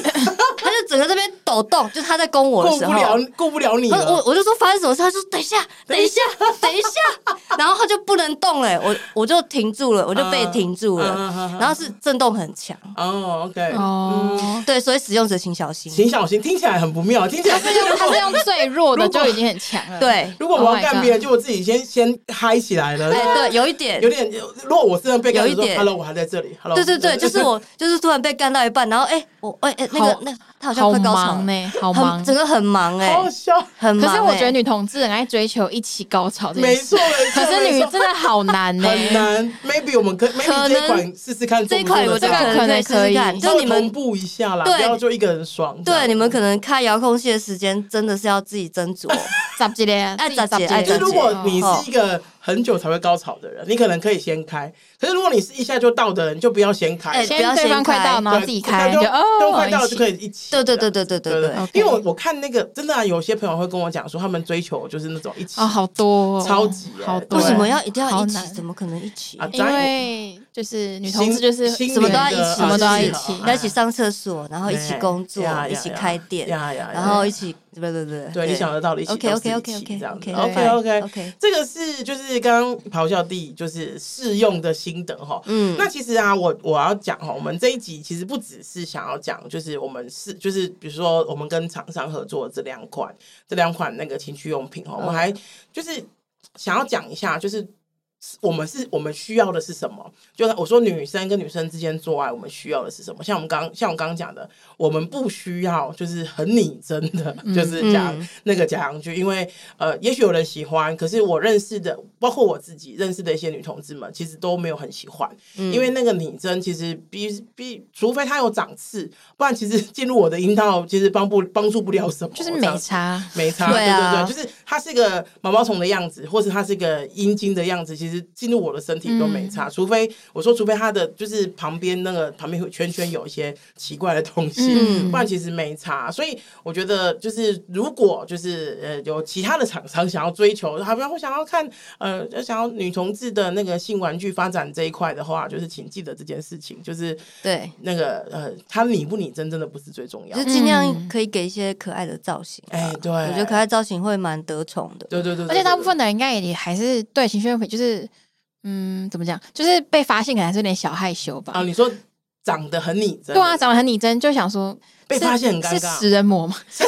[SPEAKER 3] 就整个这边抖动，就是她在攻我的
[SPEAKER 1] 顾
[SPEAKER 3] 时
[SPEAKER 1] 不
[SPEAKER 3] 候，
[SPEAKER 1] 了顾不了你
[SPEAKER 3] 然后我
[SPEAKER 1] 了，
[SPEAKER 3] 我就说发生什么事，他说等一下，等一下，等一下，然后他就不能动了，我我就停住了，我就被停住了，
[SPEAKER 1] 嗯
[SPEAKER 3] 然后是震动很强，
[SPEAKER 1] 哦，OK，
[SPEAKER 3] 嗯
[SPEAKER 2] 哦，
[SPEAKER 3] 对，所以使用者请小心。
[SPEAKER 1] 请小心，听起来很不妙，听起来就是
[SPEAKER 3] Oh
[SPEAKER 2] 它是用最弱的
[SPEAKER 1] 如果
[SPEAKER 2] 就已经很强了。
[SPEAKER 3] 对，
[SPEAKER 1] 如果我
[SPEAKER 2] Oh
[SPEAKER 1] 要
[SPEAKER 2] my
[SPEAKER 1] 干
[SPEAKER 2] God
[SPEAKER 1] 别人，就我自己先先嗨起来了，
[SPEAKER 3] 哎，对，有一点
[SPEAKER 1] 有，点。如果我是被干的时候
[SPEAKER 3] 有一点
[SPEAKER 1] ，Hello，我还在这里，Hello，
[SPEAKER 3] 对对对，就是 我，就是突然被干到一半，然后哎，我哎哎那
[SPEAKER 2] 好
[SPEAKER 3] 个那个他好像
[SPEAKER 2] 好
[SPEAKER 3] 快高潮
[SPEAKER 2] 忙欸
[SPEAKER 3] 了，
[SPEAKER 2] 呢，好忙
[SPEAKER 3] 很。整个很忙哎
[SPEAKER 1] 好，笑，
[SPEAKER 3] 很
[SPEAKER 2] 可
[SPEAKER 3] 忙。
[SPEAKER 2] 是我觉得
[SPEAKER 3] 哎
[SPEAKER 2] 女同志很爱追求一起高潮这
[SPEAKER 1] 没
[SPEAKER 2] 件事，
[SPEAKER 1] 错，没错
[SPEAKER 2] 可是女
[SPEAKER 1] 没错
[SPEAKER 2] 真的好难欸呢。
[SPEAKER 1] 很难，maybe 我们可 maybe
[SPEAKER 3] 可能
[SPEAKER 1] 这一款试试看做
[SPEAKER 3] 这一
[SPEAKER 1] 不做
[SPEAKER 3] 款我
[SPEAKER 1] 得
[SPEAKER 3] 觉
[SPEAKER 1] 到，
[SPEAKER 3] 得
[SPEAKER 2] 这个
[SPEAKER 3] 可能可以试试看，
[SPEAKER 2] 可能可以
[SPEAKER 3] 就你
[SPEAKER 1] 稍微同
[SPEAKER 3] 们
[SPEAKER 1] 步一下啦，不
[SPEAKER 3] 对
[SPEAKER 1] 要就一个人爽。这样
[SPEAKER 3] 对你们可能开遥控器的时间真的是要自己斟酌。
[SPEAKER 2] 咋几嘞？
[SPEAKER 3] 爱哎杂
[SPEAKER 2] 啊自己
[SPEAKER 3] 几爱
[SPEAKER 2] 杂
[SPEAKER 1] 就
[SPEAKER 2] 几
[SPEAKER 3] 杂
[SPEAKER 1] 哎如果你
[SPEAKER 3] 哦
[SPEAKER 1] 是一个很久才会高潮的人，你可能可以先开，可是如果你是一下就到的人，就不要先开
[SPEAKER 3] 哎
[SPEAKER 1] 了。
[SPEAKER 3] 不要
[SPEAKER 2] 先对方
[SPEAKER 3] 先
[SPEAKER 2] 快
[SPEAKER 3] 开
[SPEAKER 2] 到，然后
[SPEAKER 1] 对
[SPEAKER 2] 自己开，
[SPEAKER 1] 就
[SPEAKER 2] 就
[SPEAKER 1] 都
[SPEAKER 2] 哦，
[SPEAKER 1] 快到
[SPEAKER 2] 一
[SPEAKER 1] 了
[SPEAKER 2] 起
[SPEAKER 1] 就可以一起。
[SPEAKER 3] 对对对对对对
[SPEAKER 1] 对
[SPEAKER 3] 对
[SPEAKER 1] 对，
[SPEAKER 2] OK
[SPEAKER 1] 因为我我看那个真的啊，有些朋友会跟我讲说，他们追求就是那种一起
[SPEAKER 2] 哦，好多哦，
[SPEAKER 1] 超级耶
[SPEAKER 2] 好多。
[SPEAKER 3] 为什么要一定要
[SPEAKER 2] 好
[SPEAKER 3] 一起？
[SPEAKER 2] 难
[SPEAKER 3] 怎么可能一起？
[SPEAKER 1] 啊，
[SPEAKER 2] 因为就是女同志就是
[SPEAKER 1] 心
[SPEAKER 3] 什么都要一起
[SPEAKER 2] 什么都要一
[SPEAKER 3] 啊
[SPEAKER 2] 起
[SPEAKER 1] 是。
[SPEAKER 3] 要一起上厕所，然后一起工作
[SPEAKER 1] 呀呀，
[SPEAKER 3] 一起开
[SPEAKER 1] 呀
[SPEAKER 3] 店，
[SPEAKER 1] 呀呀，
[SPEAKER 3] 然后一起，对对对
[SPEAKER 1] 对你想得到的一起
[SPEAKER 3] OK
[SPEAKER 1] 都是
[SPEAKER 3] OK
[SPEAKER 1] 一
[SPEAKER 3] OK
[SPEAKER 1] 起
[SPEAKER 3] OK
[SPEAKER 1] 这样子
[SPEAKER 3] OK
[SPEAKER 1] OK OK
[SPEAKER 3] OK，
[SPEAKER 1] 这个是就是刚刚咆哮帝就是试用的心得哈。
[SPEAKER 3] 嗯
[SPEAKER 1] 那其实啊，我我要讲哈，我们这一集其实不只是想要讲，就是我们是就是比如说我们跟厂商合作这两款这两款那个情趣用品哈，我们还就是想要讲一下，就是我们是我们需要的是什么？就是我说女生跟女生之间做爱，我们需要的是什么？像我们刚像我刚刚讲的，我们不需要就是很拟真的，就是讲
[SPEAKER 3] 嗯
[SPEAKER 1] 那个假洋剧，因为呃，也许有人喜欢，可是我认识的，包括我自己认识的一些女同志们，其实都没有很喜欢，
[SPEAKER 2] 嗯
[SPEAKER 1] 因为那个拟真其实比比，除非它有长刺，不然其实进入我的阴道，其实帮不帮助不了什么，
[SPEAKER 2] 就是
[SPEAKER 1] 这
[SPEAKER 2] 没
[SPEAKER 1] 样子
[SPEAKER 2] 差。
[SPEAKER 1] 没差，对
[SPEAKER 3] 对啊
[SPEAKER 1] 对对，就是它是一个毛毛虫的样子，或是它是一个阴茎的样子，其实进入我的身体都没
[SPEAKER 3] 嗯
[SPEAKER 1] 差，除非我说，除非它的就是旁边那个旁边会圈圈有一些奇怪的东西，
[SPEAKER 3] 嗯
[SPEAKER 1] 不然其实没差。所以我觉得，就是如果就是呃有其他的厂商想要追求，他们会想要看呃想要女同志的那个性玩具发展这一块的话，就是请记得这件事情，就是
[SPEAKER 3] 对，
[SPEAKER 1] 那个呃，它拟不拟真真的不是最重要
[SPEAKER 3] 就。尽量可以给一些可爱的造型。
[SPEAKER 1] 哎、对，
[SPEAKER 3] 我
[SPEAKER 1] 我
[SPEAKER 3] 觉得可爱造型会蛮得宠的。
[SPEAKER 1] 对。对对对，
[SPEAKER 2] 而且大
[SPEAKER 1] 对
[SPEAKER 2] 部分的人应该也还是对情趣用品，就是嗯，怎么讲，就是被发现可能还是有点小害羞吧。
[SPEAKER 1] 啊，你说长得很拟真，
[SPEAKER 2] 对啊，，长得很拟真，就想说
[SPEAKER 1] 被
[SPEAKER 2] 是
[SPEAKER 1] 发现很尴
[SPEAKER 2] 是
[SPEAKER 1] 尬
[SPEAKER 2] 食人魔吗？ 是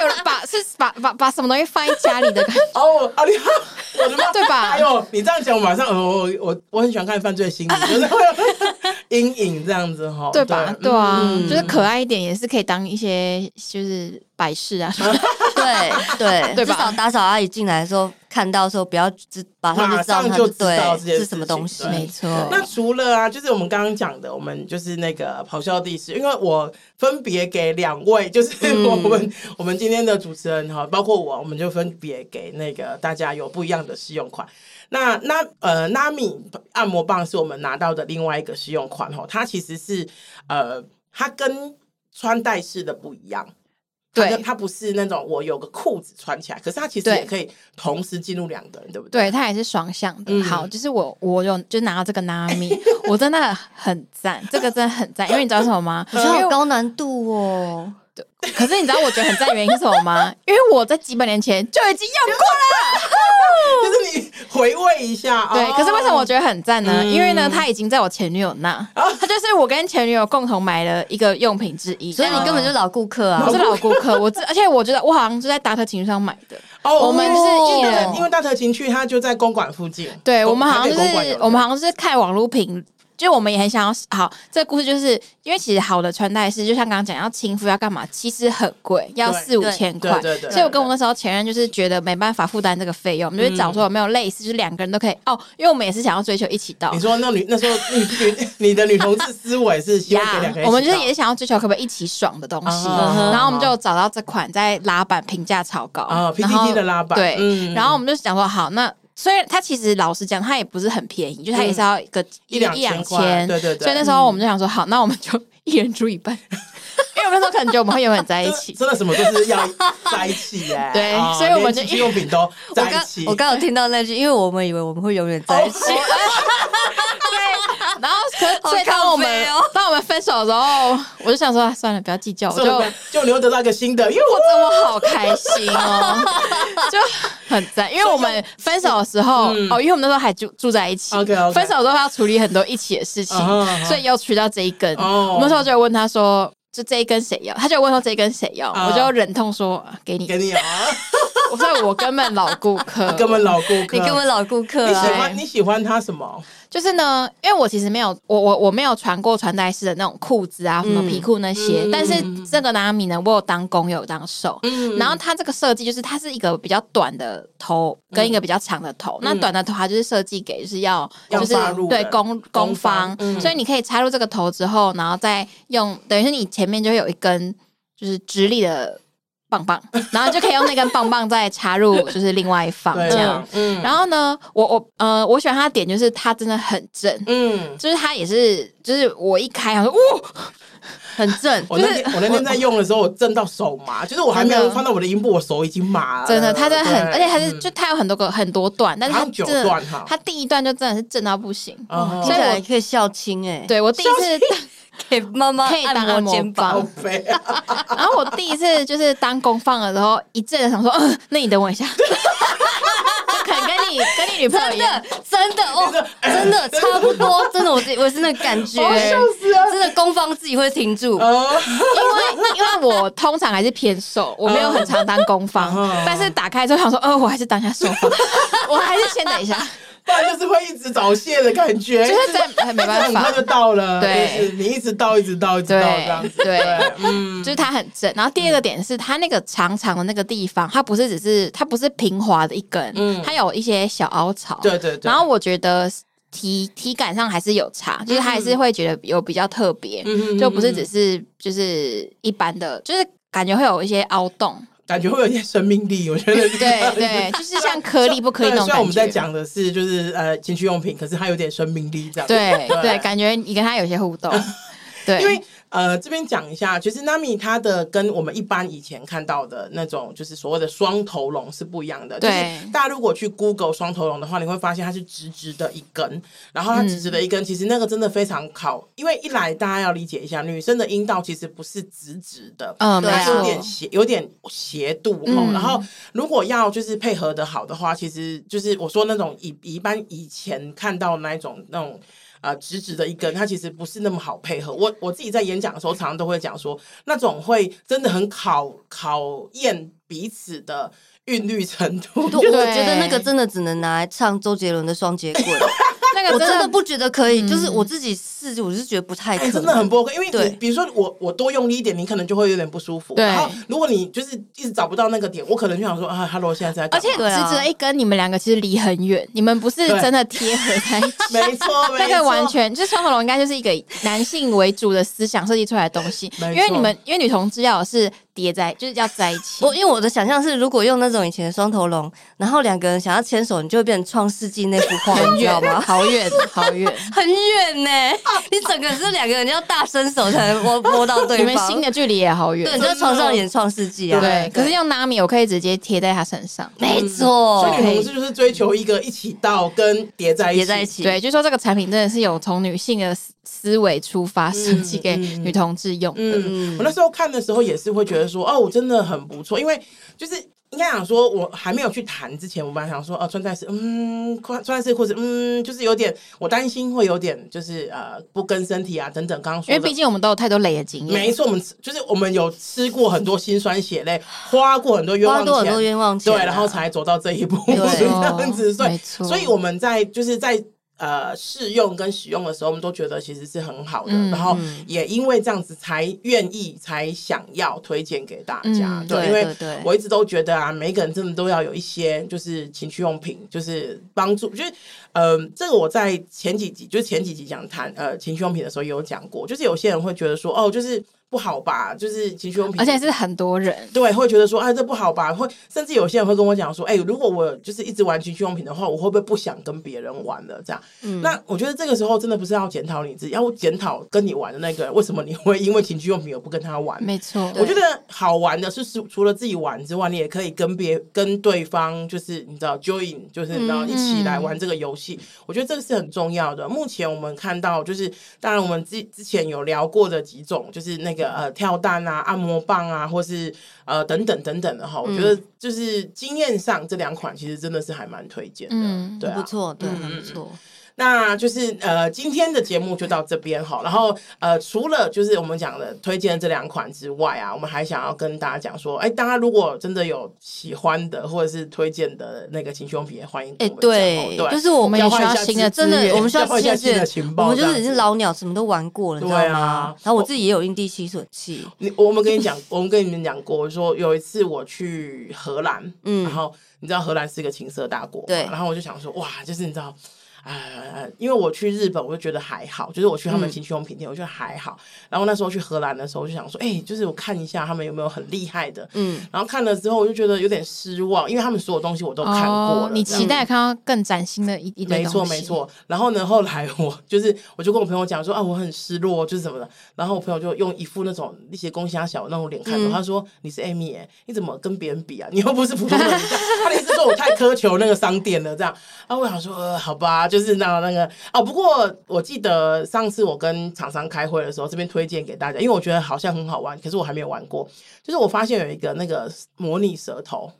[SPEAKER 2] 有人把是把把把什么东西放在家里的感觉，
[SPEAKER 1] 哦，啊，你好，我的妈！
[SPEAKER 2] 对啊吧
[SPEAKER 1] 哎呦，你这样讲，我马上，哦、我我我很喜欢看犯罪心理，就是会有阴影这样子哈，
[SPEAKER 2] 对吧？对啊，
[SPEAKER 1] 嗯
[SPEAKER 2] 就是可爱一点，也是可以当一些就是摆饰啊什 么的。
[SPEAKER 3] 对 对，
[SPEAKER 2] 对
[SPEAKER 3] 至
[SPEAKER 2] 吧
[SPEAKER 3] 少打扫阿姨进来的时候看到的时候，不要只马上就知道
[SPEAKER 1] 马上
[SPEAKER 3] 它
[SPEAKER 1] 就知
[SPEAKER 3] 对
[SPEAKER 1] 道这件
[SPEAKER 3] 是什么
[SPEAKER 1] 事情
[SPEAKER 3] 东西
[SPEAKER 1] 对。
[SPEAKER 2] 没错
[SPEAKER 1] 那除了啊，就是我们刚刚讲的，我们就是那个咆哮帝师，因为我分别给两位，就是
[SPEAKER 2] 嗯
[SPEAKER 1] 我们、我们今天的主持人哈，包括我，我们就分别给那个大家有不一样的试用款。那那呃，Nami 按摩棒是我们拿到的另外一个试用款哈，它其实是呃，它跟穿戴式的不一样。它
[SPEAKER 2] 对
[SPEAKER 1] 跟它不是那种我有个裤子穿起来，可是它其实
[SPEAKER 2] 对
[SPEAKER 1] 也可以同时进入两个人，对不对？
[SPEAKER 2] 对，它也是双向的。
[SPEAKER 1] 嗯
[SPEAKER 2] 好，就是我我有就拿到这个 Nami，我真的很赞，这个真的很赞，因为你知道什么 吗？
[SPEAKER 1] 呃
[SPEAKER 3] 我觉
[SPEAKER 2] 因
[SPEAKER 3] 得
[SPEAKER 2] 为
[SPEAKER 3] 好
[SPEAKER 2] 我
[SPEAKER 3] 高难度哦，
[SPEAKER 2] 可是你知道我觉得很赞的原因是什么吗？ 因为我在几百年前就已经用过了。
[SPEAKER 1] 就是你回味一下。
[SPEAKER 2] 对，
[SPEAKER 1] 哦
[SPEAKER 2] 可是为什么我觉得很赞呢？
[SPEAKER 1] 嗯哦
[SPEAKER 2] 因为呢，它已经在我前女友那，它就是我跟前女友共同买了一个用品之一。
[SPEAKER 3] 所以你
[SPEAKER 2] 但
[SPEAKER 3] 根本就是老顾客啊
[SPEAKER 2] 我。是老顾客，我知，而且我觉得我好像是在达特情绪上买的。
[SPEAKER 1] 哦，
[SPEAKER 2] 我们就是一
[SPEAKER 1] 因为
[SPEAKER 2] 人
[SPEAKER 1] 因为大特情趣它就在公馆附近，
[SPEAKER 2] 对
[SPEAKER 1] 公
[SPEAKER 2] 我们好像就
[SPEAKER 1] 台北公馆
[SPEAKER 2] 是
[SPEAKER 1] 有
[SPEAKER 2] 我们好像是看网络评，就我们也很想要好。这个故事就是因为其实好的穿戴式，就像刚刚讲要亲肤要干嘛，其实很贵，要
[SPEAKER 1] 对
[SPEAKER 2] 四五
[SPEAKER 3] 对
[SPEAKER 2] 千
[SPEAKER 1] 对
[SPEAKER 2] 块。
[SPEAKER 1] 对对，嗯
[SPEAKER 2] 所以我跟我那时候前任就是觉得没办法负担这个费用，我们就是找说有没有类似，就是两个人都可以哦，因为我们也是想要追求一起到
[SPEAKER 1] 你。说那女那时候你你你的女同志思维是希 望给两个人一起到，
[SPEAKER 2] 我们就是也想要追求可不可以一起爽的东西，
[SPEAKER 1] 嗯
[SPEAKER 3] 哼
[SPEAKER 2] 然后我们就找到这款在拉板评价超高
[SPEAKER 1] 啊
[SPEAKER 2] 然后
[SPEAKER 1] PTT 的拉板
[SPEAKER 2] 对，
[SPEAKER 1] 嗯
[SPEAKER 2] 然后我们就想说好，那虽然它其实老实讲，它也不是很便宜，就是它也是要一个
[SPEAKER 1] 嗯一两
[SPEAKER 2] 一
[SPEAKER 1] 千
[SPEAKER 2] 两
[SPEAKER 1] 块
[SPEAKER 2] 千，
[SPEAKER 1] 对对对嗯
[SPEAKER 2] 所以那时候我们就想说好，那我们就 一人出一半，因为我们那时候可能觉得我们会永远在一
[SPEAKER 1] 真的
[SPEAKER 2] 起，
[SPEAKER 1] 真的什么都是要在一起 耶，
[SPEAKER 2] 对
[SPEAKER 1] 啊
[SPEAKER 2] 所以我们就
[SPEAKER 1] 连情趣用 品都
[SPEAKER 3] 我
[SPEAKER 1] 在
[SPEAKER 3] 刚
[SPEAKER 1] 一起，
[SPEAKER 3] 我刚有听到那句，因为我们以为我们会永远在 一起。
[SPEAKER 2] 然后可是
[SPEAKER 3] 好
[SPEAKER 2] 所以当我们、
[SPEAKER 3] 靠北哦
[SPEAKER 2] 当我们分手的时候，我就想说啊算了，不要计较，我
[SPEAKER 1] 所
[SPEAKER 2] 就
[SPEAKER 1] 以我们就你又得到一个新的，因为
[SPEAKER 2] 我
[SPEAKER 1] 我
[SPEAKER 2] 真我好开心 哦，就很赞。因为我们分手的时候，哦，因为我们那时候还住住在一起
[SPEAKER 1] 嗯 OK，OK
[SPEAKER 2] 分手之后要处理很多一起的事情
[SPEAKER 1] 啊哈啊哈
[SPEAKER 2] 所以又取到这一根。
[SPEAKER 1] 哦
[SPEAKER 2] 我那时候就问他说。就这一根谁要？他就问说这一根谁要
[SPEAKER 1] 啊
[SPEAKER 2] 我就忍痛说啊给你。
[SPEAKER 1] 给你啊，
[SPEAKER 2] 我说我根本老顾 客，
[SPEAKER 1] 根本老顾 客，
[SPEAKER 3] 你根本老顾客
[SPEAKER 1] 你喜
[SPEAKER 3] 啊！
[SPEAKER 1] 欢你喜欢他什么？
[SPEAKER 2] 就是呢，因为我其实没有，我我我没有穿过穿戴式的那种裤子啊，什么皮裤那些。
[SPEAKER 1] 嗯
[SPEAKER 2] 但是
[SPEAKER 1] 嗯
[SPEAKER 2] 这个 Nami 呢，我有当弓，有当手。
[SPEAKER 1] 嗯
[SPEAKER 2] 然后它这个设计就是它是一个比较短的头跟一个比较长的头，那短的头它就是设计给就是要
[SPEAKER 1] 要
[SPEAKER 2] 就是
[SPEAKER 1] 插嗯入的
[SPEAKER 2] 对攻
[SPEAKER 1] 攻
[SPEAKER 2] 攻
[SPEAKER 1] 方
[SPEAKER 2] 方，
[SPEAKER 1] 嗯
[SPEAKER 2] 所以你可以插入这个头之后，然后再用等于是你前面就会有一根就是直立的棒棒，然后就可以用那根棒棒再插入就是另外一方
[SPEAKER 1] 对
[SPEAKER 2] 这样。
[SPEAKER 1] 啊，嗯
[SPEAKER 2] 然后呢，我我呃，我喜欢它的点就是它真的很正，
[SPEAKER 1] 嗯。
[SPEAKER 2] 就是它也是，就是我一开，我说哇，很正，
[SPEAKER 1] 我
[SPEAKER 2] 就
[SPEAKER 1] 哦那天
[SPEAKER 2] 是
[SPEAKER 1] 我那天在用的时候，我震到手麻，就是我还没有
[SPEAKER 2] 真的
[SPEAKER 1] 放到我的阴部，我手已经麻了。
[SPEAKER 2] 真的，它真的很，
[SPEAKER 1] 呃对
[SPEAKER 2] 而且它是
[SPEAKER 1] 嗯
[SPEAKER 2] 就它有很多个很多段，但是
[SPEAKER 1] 好
[SPEAKER 2] 它
[SPEAKER 1] 像九
[SPEAKER 2] 真的，
[SPEAKER 1] 段啊哈
[SPEAKER 2] 它第一段就真的是正到不行。
[SPEAKER 1] 哦
[SPEAKER 3] 听起来可以孝亲哎，，
[SPEAKER 2] 对我第一次，
[SPEAKER 3] 给妈妈
[SPEAKER 2] 可以当
[SPEAKER 3] 按摩肩
[SPEAKER 2] 按
[SPEAKER 1] 好
[SPEAKER 2] 摩
[SPEAKER 3] 膀
[SPEAKER 2] 棒。
[SPEAKER 1] 肥啊！
[SPEAKER 2] 然后我第一次就是当公放的时候，一阵的想说，嗯，那你等我一下， 就可能跟你跟你女朋友
[SPEAKER 3] 真
[SPEAKER 2] 一样
[SPEAKER 3] 的，，真的哦，真的差不多，真的，我我是那个感觉，真的攻方自己会停住，
[SPEAKER 1] 哦，
[SPEAKER 2] 因为因为我通常还是偏瘦，我没有很常当攻方
[SPEAKER 1] 哦，
[SPEAKER 2] 哦 但是打开之后想说，呃，我还是当一下受方，我还是先等一下。
[SPEAKER 1] 不然就是会一直早泄的感觉，
[SPEAKER 2] 就是在没办
[SPEAKER 1] 很
[SPEAKER 2] 法
[SPEAKER 1] 快，就到了，
[SPEAKER 2] 对
[SPEAKER 1] 就是你一直到，一直到，一直到这样
[SPEAKER 2] 对
[SPEAKER 1] 子，
[SPEAKER 2] 对，
[SPEAKER 1] 嗯，
[SPEAKER 2] 就是它很正。然后第二个点是它那个长长的那个地方，它不是只是它不是平滑的一根，
[SPEAKER 1] 嗯
[SPEAKER 2] 它有一些小凹槽。
[SPEAKER 1] 对对对，
[SPEAKER 2] 然后我觉得体体感上还是有差，就是它还是会觉得有比较特别，
[SPEAKER 1] 嗯
[SPEAKER 2] 就不是只
[SPEAKER 1] 是
[SPEAKER 2] 是就是一般的，就是感觉会有一些凹洞。
[SPEAKER 1] 感觉会有一些生命力，我觉得
[SPEAKER 2] 对对，就是像颗粒不可以那
[SPEAKER 1] 对
[SPEAKER 2] 种
[SPEAKER 1] 虽然我
[SPEAKER 2] 感
[SPEAKER 1] 们在
[SPEAKER 2] 觉。
[SPEAKER 1] 讲的是就是呃情趣用品，可是它有点生命力这样子，
[SPEAKER 2] 对对，
[SPEAKER 1] 对
[SPEAKER 2] 感觉你跟他有些互 动。对，
[SPEAKER 1] 因为呃，这边讲一下，其实 Nami 它的跟我们一般以前看到的那种就是所谓的双头龙是不一样的。就是
[SPEAKER 2] 对
[SPEAKER 1] 大家如果去 Google 双头龙的话，你会发现它是直直的一根，然
[SPEAKER 2] 嗯
[SPEAKER 1] 后它直直的一根，其实那个真的非常考，因为一来大家要理解一下，女生的阴道其实不是直直的，
[SPEAKER 2] 嗯，没
[SPEAKER 3] 对
[SPEAKER 1] 它
[SPEAKER 3] 啊
[SPEAKER 1] 有点
[SPEAKER 2] 错，
[SPEAKER 1] 斜，有点斜度哦。
[SPEAKER 2] 嗯
[SPEAKER 1] 然后如果要就是配合的好的话，其实就是我说那种以一般以前看到那一种那种。呃，直直的一根，它其实不是那么好配合。我我自己在演讲的时候，常常都会讲说，那种会真的很考考验彼此的韵律程度。
[SPEAKER 3] 我觉得那个真的只能拿来唱周杰伦的《双节棍》，
[SPEAKER 2] 那个
[SPEAKER 3] 我真
[SPEAKER 2] 真
[SPEAKER 3] 的
[SPEAKER 2] 的
[SPEAKER 3] 不觉得可以，
[SPEAKER 2] 嗯
[SPEAKER 3] 就是我自己试，我是觉得不太可
[SPEAKER 1] 哎、
[SPEAKER 3] 能，
[SPEAKER 1] 真的很不 OK，因为
[SPEAKER 3] 对
[SPEAKER 1] 你比如说我我多用力一点，你可能就会有点不舒服。
[SPEAKER 2] 对
[SPEAKER 1] 然后如果你就是一直找不到那个点，我可能就想说啊，Hello，现在是在干嘛
[SPEAKER 2] 而且
[SPEAKER 3] 对啊
[SPEAKER 2] 直直的一根，你们两个其实离很远，你们不是
[SPEAKER 1] 对
[SPEAKER 2] 真的贴合在一起。
[SPEAKER 1] 没错，没
[SPEAKER 2] 那
[SPEAKER 1] 错，
[SPEAKER 2] 个完全就是双头龙，应该就是一个以男性为主的思想设计出来的东西。
[SPEAKER 1] 没错
[SPEAKER 2] 因为你们，因为女同志要是叠在，就是要在一起。
[SPEAKER 3] 我因为我的想象是，如果用那种以前的双头龙，然后两个人想要牵手，你就会变成创世纪那幅画，
[SPEAKER 2] 很
[SPEAKER 3] 你知道
[SPEAKER 2] 远，
[SPEAKER 3] 吗？啊
[SPEAKER 2] 好 远，好远。
[SPEAKER 3] 很远呢、你整个是两个人要大伸手才能摸摸到
[SPEAKER 2] 你
[SPEAKER 3] 对
[SPEAKER 2] 们
[SPEAKER 3] 方。
[SPEAKER 2] 心的距离也好远
[SPEAKER 3] 对，。你在床上演创世纪啊？
[SPEAKER 2] 对，可是用 Nami，我可以直接贴在他身上。
[SPEAKER 3] 没错
[SPEAKER 1] 所，以女同志就是追求一个一起到跟叠在一起，
[SPEAKER 3] 也在一起。
[SPEAKER 2] 对，就说这个产品真的是有从女性的思思维出发设计给女同志用。
[SPEAKER 1] 嗯嗯，我那时候看的时候也是会觉得说，哦，我真的很不错，因为就是应该想说，我还没有去谈之前，我本来想说，哦，穿戴式，嗯，穿穿戴式裤子，嗯，就是有点，我担心会有点，就是呃，不跟身体啊等等，刚刚
[SPEAKER 2] 因
[SPEAKER 1] 说
[SPEAKER 2] 为毕
[SPEAKER 1] 的。
[SPEAKER 2] 竟我们都有太多累的经验。
[SPEAKER 1] 没错，我们吃就是我们有吃过很多辛酸血泪，花过很多冤
[SPEAKER 3] 花
[SPEAKER 1] 枉
[SPEAKER 3] 多很
[SPEAKER 1] 钱，
[SPEAKER 3] 多冤枉钱、啊
[SPEAKER 1] 对，然后。才走到这一步，
[SPEAKER 3] 没错
[SPEAKER 1] 这样子，所
[SPEAKER 2] 哦没
[SPEAKER 1] 以
[SPEAKER 2] 错
[SPEAKER 1] 所以我们在就是在呃试用跟使用的时候，我们都觉得其实是很好的，
[SPEAKER 2] 嗯
[SPEAKER 1] 然后也因为这样子才愿意才想要推荐给大家，
[SPEAKER 2] 嗯
[SPEAKER 3] 对
[SPEAKER 1] 因为
[SPEAKER 3] 对对
[SPEAKER 1] 我一直都觉得啊，每一个人真的都要有一些就是情趣用品，就是帮助，就是嗯、呃这个我在前几集就是前几集讲谈呃情趣用品的时候也有讲过，就是有些人会觉得说哦，就是不好吧，就是情趣用品，
[SPEAKER 2] 而且是很多人。
[SPEAKER 1] 对，会觉得说，哎，这不好吧？会，甚至有些人会跟我讲说，哎，如果我就是一直玩情趣用品的话，我会不会不想跟别人玩了？这样，那我觉得这个时候真的不是要检讨你自己，要检讨跟你玩的那个人，为什么你会因为情趣用品而不跟他玩？
[SPEAKER 2] 没错，
[SPEAKER 1] 我觉得好玩的是，是除了自己玩之外，你也可以跟别跟对方，就是你知道 join，就是你知道
[SPEAKER 2] 嗯
[SPEAKER 1] 一起来玩这个游戏。我觉得这个是很重要的。目前我们看到，就是当然我们之之前有聊过的几种，就是那个呃跳蛋啊、按摩棒啊，或是呃等等等等的哈。我觉
[SPEAKER 2] 嗯
[SPEAKER 1] 得就是经验上这两款其实真的是还蛮推荐的，
[SPEAKER 2] 嗯
[SPEAKER 1] 对、啊，
[SPEAKER 3] 不错，对，
[SPEAKER 1] 嗯
[SPEAKER 3] 很不错。
[SPEAKER 1] 那就是呃，今天的节目就到这边哈。然后呃，除了就是我们讲的推荐的这两款之外啊，我们还想要跟大家讲说，哎，大家如果真的有喜欢的或者是推荐的那个情趣用品，也欢迎跟
[SPEAKER 3] 哎、
[SPEAKER 1] 我们讲哦
[SPEAKER 3] 对，
[SPEAKER 1] 对，
[SPEAKER 3] 就是
[SPEAKER 2] 我
[SPEAKER 3] 我
[SPEAKER 2] 们
[SPEAKER 3] 们
[SPEAKER 2] 也
[SPEAKER 1] 交
[SPEAKER 2] 需
[SPEAKER 1] 换一
[SPEAKER 2] 要
[SPEAKER 1] 下
[SPEAKER 2] 新的
[SPEAKER 1] 资
[SPEAKER 3] 真
[SPEAKER 2] 资
[SPEAKER 3] 的
[SPEAKER 2] 源，
[SPEAKER 3] 我们需要
[SPEAKER 1] 交换一
[SPEAKER 3] 新
[SPEAKER 1] 下
[SPEAKER 3] 的资
[SPEAKER 1] 新的
[SPEAKER 3] 源
[SPEAKER 1] 情
[SPEAKER 3] 我
[SPEAKER 1] 报
[SPEAKER 3] 们
[SPEAKER 1] 这
[SPEAKER 3] 就
[SPEAKER 1] 样子，
[SPEAKER 3] 是已经老鸟，什么都玩过了，你知道
[SPEAKER 1] 对啊哦
[SPEAKER 3] 吗？然后我自己也有阴蒂吸吮器，
[SPEAKER 1] 你我们跟你讲，我们跟你们讲过，说有一次我去荷兰，
[SPEAKER 3] 嗯
[SPEAKER 1] 然后你知道荷兰是一个情色大国嘛，
[SPEAKER 3] 对
[SPEAKER 1] 然后我就想说，哇，就是你知道。呃，因为我去日本，我就觉得还好，就是我去他们情趣用品店，我觉得还好。然后那时候去荷兰的时候，我就想说，哎、就是我看一下他们有没有很厉害的。
[SPEAKER 3] 嗯，
[SPEAKER 1] 然后看了之后，我就觉得有点失望，因为他们所有东西我都看过了。
[SPEAKER 2] 哦，你
[SPEAKER 1] 这样
[SPEAKER 2] 期待看到更崭新的一一堆
[SPEAKER 1] 没错
[SPEAKER 2] 东西
[SPEAKER 1] 没，错。然后呢，后来我就是我就跟我朋友讲说啊，我很失落，就是什么的。然后我朋友就用一副那种一些公虾小那种脸看
[SPEAKER 2] 嗯
[SPEAKER 1] 着我，他说你是 Amy，、耶，你怎么跟别人比啊？你又不是普通人。这样他的意思说我太苛求那个商店了，这样。啊，我想说、呃好吧，就是那那个哦。不过我记得上次我跟厂商开会的时候，这边推荐给大家，因为我觉得好像很好玩，可是我还没有玩过。就是我发现有一个那个模拟舌头，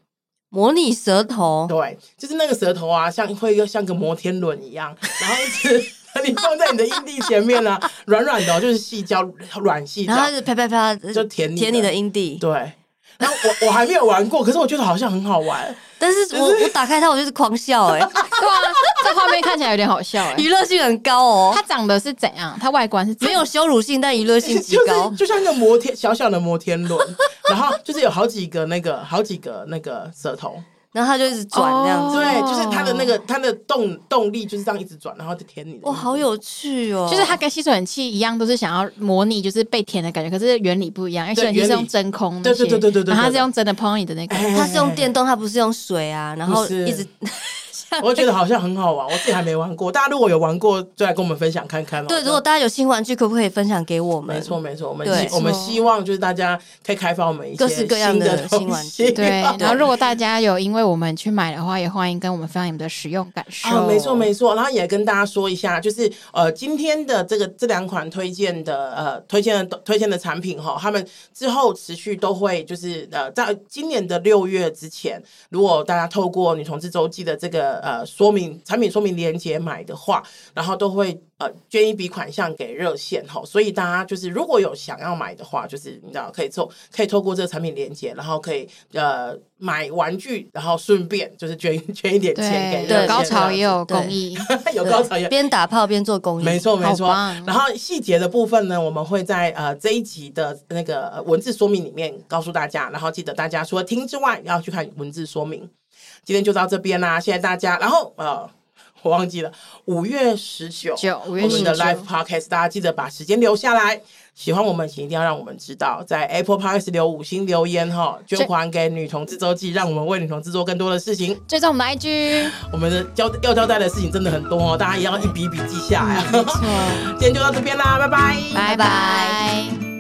[SPEAKER 3] 模拟舌头，
[SPEAKER 1] 对，就是那个舌头啊，像会又像个摩天轮一样，然后一直 你放在你的阴蒂前面呢、啊，软软的哦、就是细胶软细胶
[SPEAKER 3] 然后，它是啪啪啪，呃
[SPEAKER 1] 就舔你
[SPEAKER 3] 舔你
[SPEAKER 1] 的
[SPEAKER 3] 的阴蒂。
[SPEAKER 1] 对。然后我我还没有玩过，可是我觉得好像很好玩，
[SPEAKER 3] 但是我我打开它，我就是狂笑
[SPEAKER 2] 对
[SPEAKER 3] 哎、
[SPEAKER 2] 啊，这画面看起来有点好笑 哎、
[SPEAKER 3] 娱乐性很高哦
[SPEAKER 2] 它，长得是怎样？它外观是怎
[SPEAKER 3] 没有羞辱性，但娱乐 性极
[SPEAKER 1] 就
[SPEAKER 3] 高
[SPEAKER 1] 是。就像那个摩天小小的摩天轮，然后就是有好几个那个好几个那个舌头，
[SPEAKER 3] 然后它就一直转这样子，
[SPEAKER 2] 哦
[SPEAKER 1] 对，就是它的那个它的动动力就是这样一直转，然后就舔你的。
[SPEAKER 3] 哇，好有趣哦！
[SPEAKER 2] 就是它跟吸尘器一样，都是想要模拟就是被舔的感觉，可是原理不一样。因为吸
[SPEAKER 1] 对
[SPEAKER 2] 尘器是
[SPEAKER 1] 原理
[SPEAKER 2] 用真空那
[SPEAKER 1] 对
[SPEAKER 2] 些，
[SPEAKER 1] 对对对对对
[SPEAKER 2] 然后它是
[SPEAKER 1] 对
[SPEAKER 2] 用真的碰到你的那个。
[SPEAKER 1] 哎，
[SPEAKER 3] 它是用电动，它不是用水啊，然后
[SPEAKER 1] 不是
[SPEAKER 3] 一直
[SPEAKER 1] 我觉得好像很好玩，我自己还没玩过。大家如果有玩过，就来跟我们分享看看哦。
[SPEAKER 3] 对。如果大家有新玩具，可不可以分享给我们？
[SPEAKER 1] 没错，没错，我们
[SPEAKER 3] 对
[SPEAKER 1] 希我们
[SPEAKER 2] 没错
[SPEAKER 1] 希望就是大家可以开发我们一些
[SPEAKER 3] 各式各样
[SPEAKER 1] 新
[SPEAKER 3] 的
[SPEAKER 1] 的
[SPEAKER 3] 新玩
[SPEAKER 1] 具。
[SPEAKER 2] 对，然后如果大家有因为我们去买的话，也欢迎跟我们分享你们的使用感受。
[SPEAKER 1] 哦，没错没错，然后也跟大家说一下，就是呃，今天的这个这两款推荐的呃推荐的推荐的产品哈，他们之后持续都会就是呃，在今年的六月之前，如果大家透过女同志周记的这个呃说明产品说明链接买的话，然后都会呃捐一笔款项给热线哈，所以大家就是如果有想要买的话，就是你知道可以透可以透过这个产品链接，然后可以呃买玩具，然后顺便就是捐一 捐一点钱给热
[SPEAKER 2] 对，有
[SPEAKER 1] 线
[SPEAKER 2] 高
[SPEAKER 1] 这样
[SPEAKER 2] 潮
[SPEAKER 1] 子
[SPEAKER 2] 也有
[SPEAKER 3] 对
[SPEAKER 2] 公益，
[SPEAKER 1] 有高潮也。
[SPEAKER 3] 边打炮边做公益，
[SPEAKER 1] 没错，没错
[SPEAKER 2] 好棒。
[SPEAKER 1] 然后细节的部分呢，我们会在呃这一集的那个呃文字说明里面告诉大家。然后记得大家除了听之外，要去看文字说明。今天就到这边啦，谢谢大家。然后呃，我忘记了，五月十九，
[SPEAKER 2] 九五
[SPEAKER 1] 我
[SPEAKER 2] 月
[SPEAKER 1] 们
[SPEAKER 2] 十
[SPEAKER 1] 的
[SPEAKER 2] 九
[SPEAKER 1] live podcast，大家记得把时间留下来。喜欢我们，请一定要让我们知道，在 Apple Podcast 留五星留言哈，捐
[SPEAKER 2] 这
[SPEAKER 1] 款给女同志周记，让我们为女同志做更多的事情。
[SPEAKER 2] 追踪我们的 IG，
[SPEAKER 1] 我们的交要交代的事情真的很多 哦，大家也要一笔一笔记下来。
[SPEAKER 2] 没错，
[SPEAKER 1] 今天就到这边啦，拜拜。
[SPEAKER 2] 拜
[SPEAKER 3] 拜
[SPEAKER 2] 拜。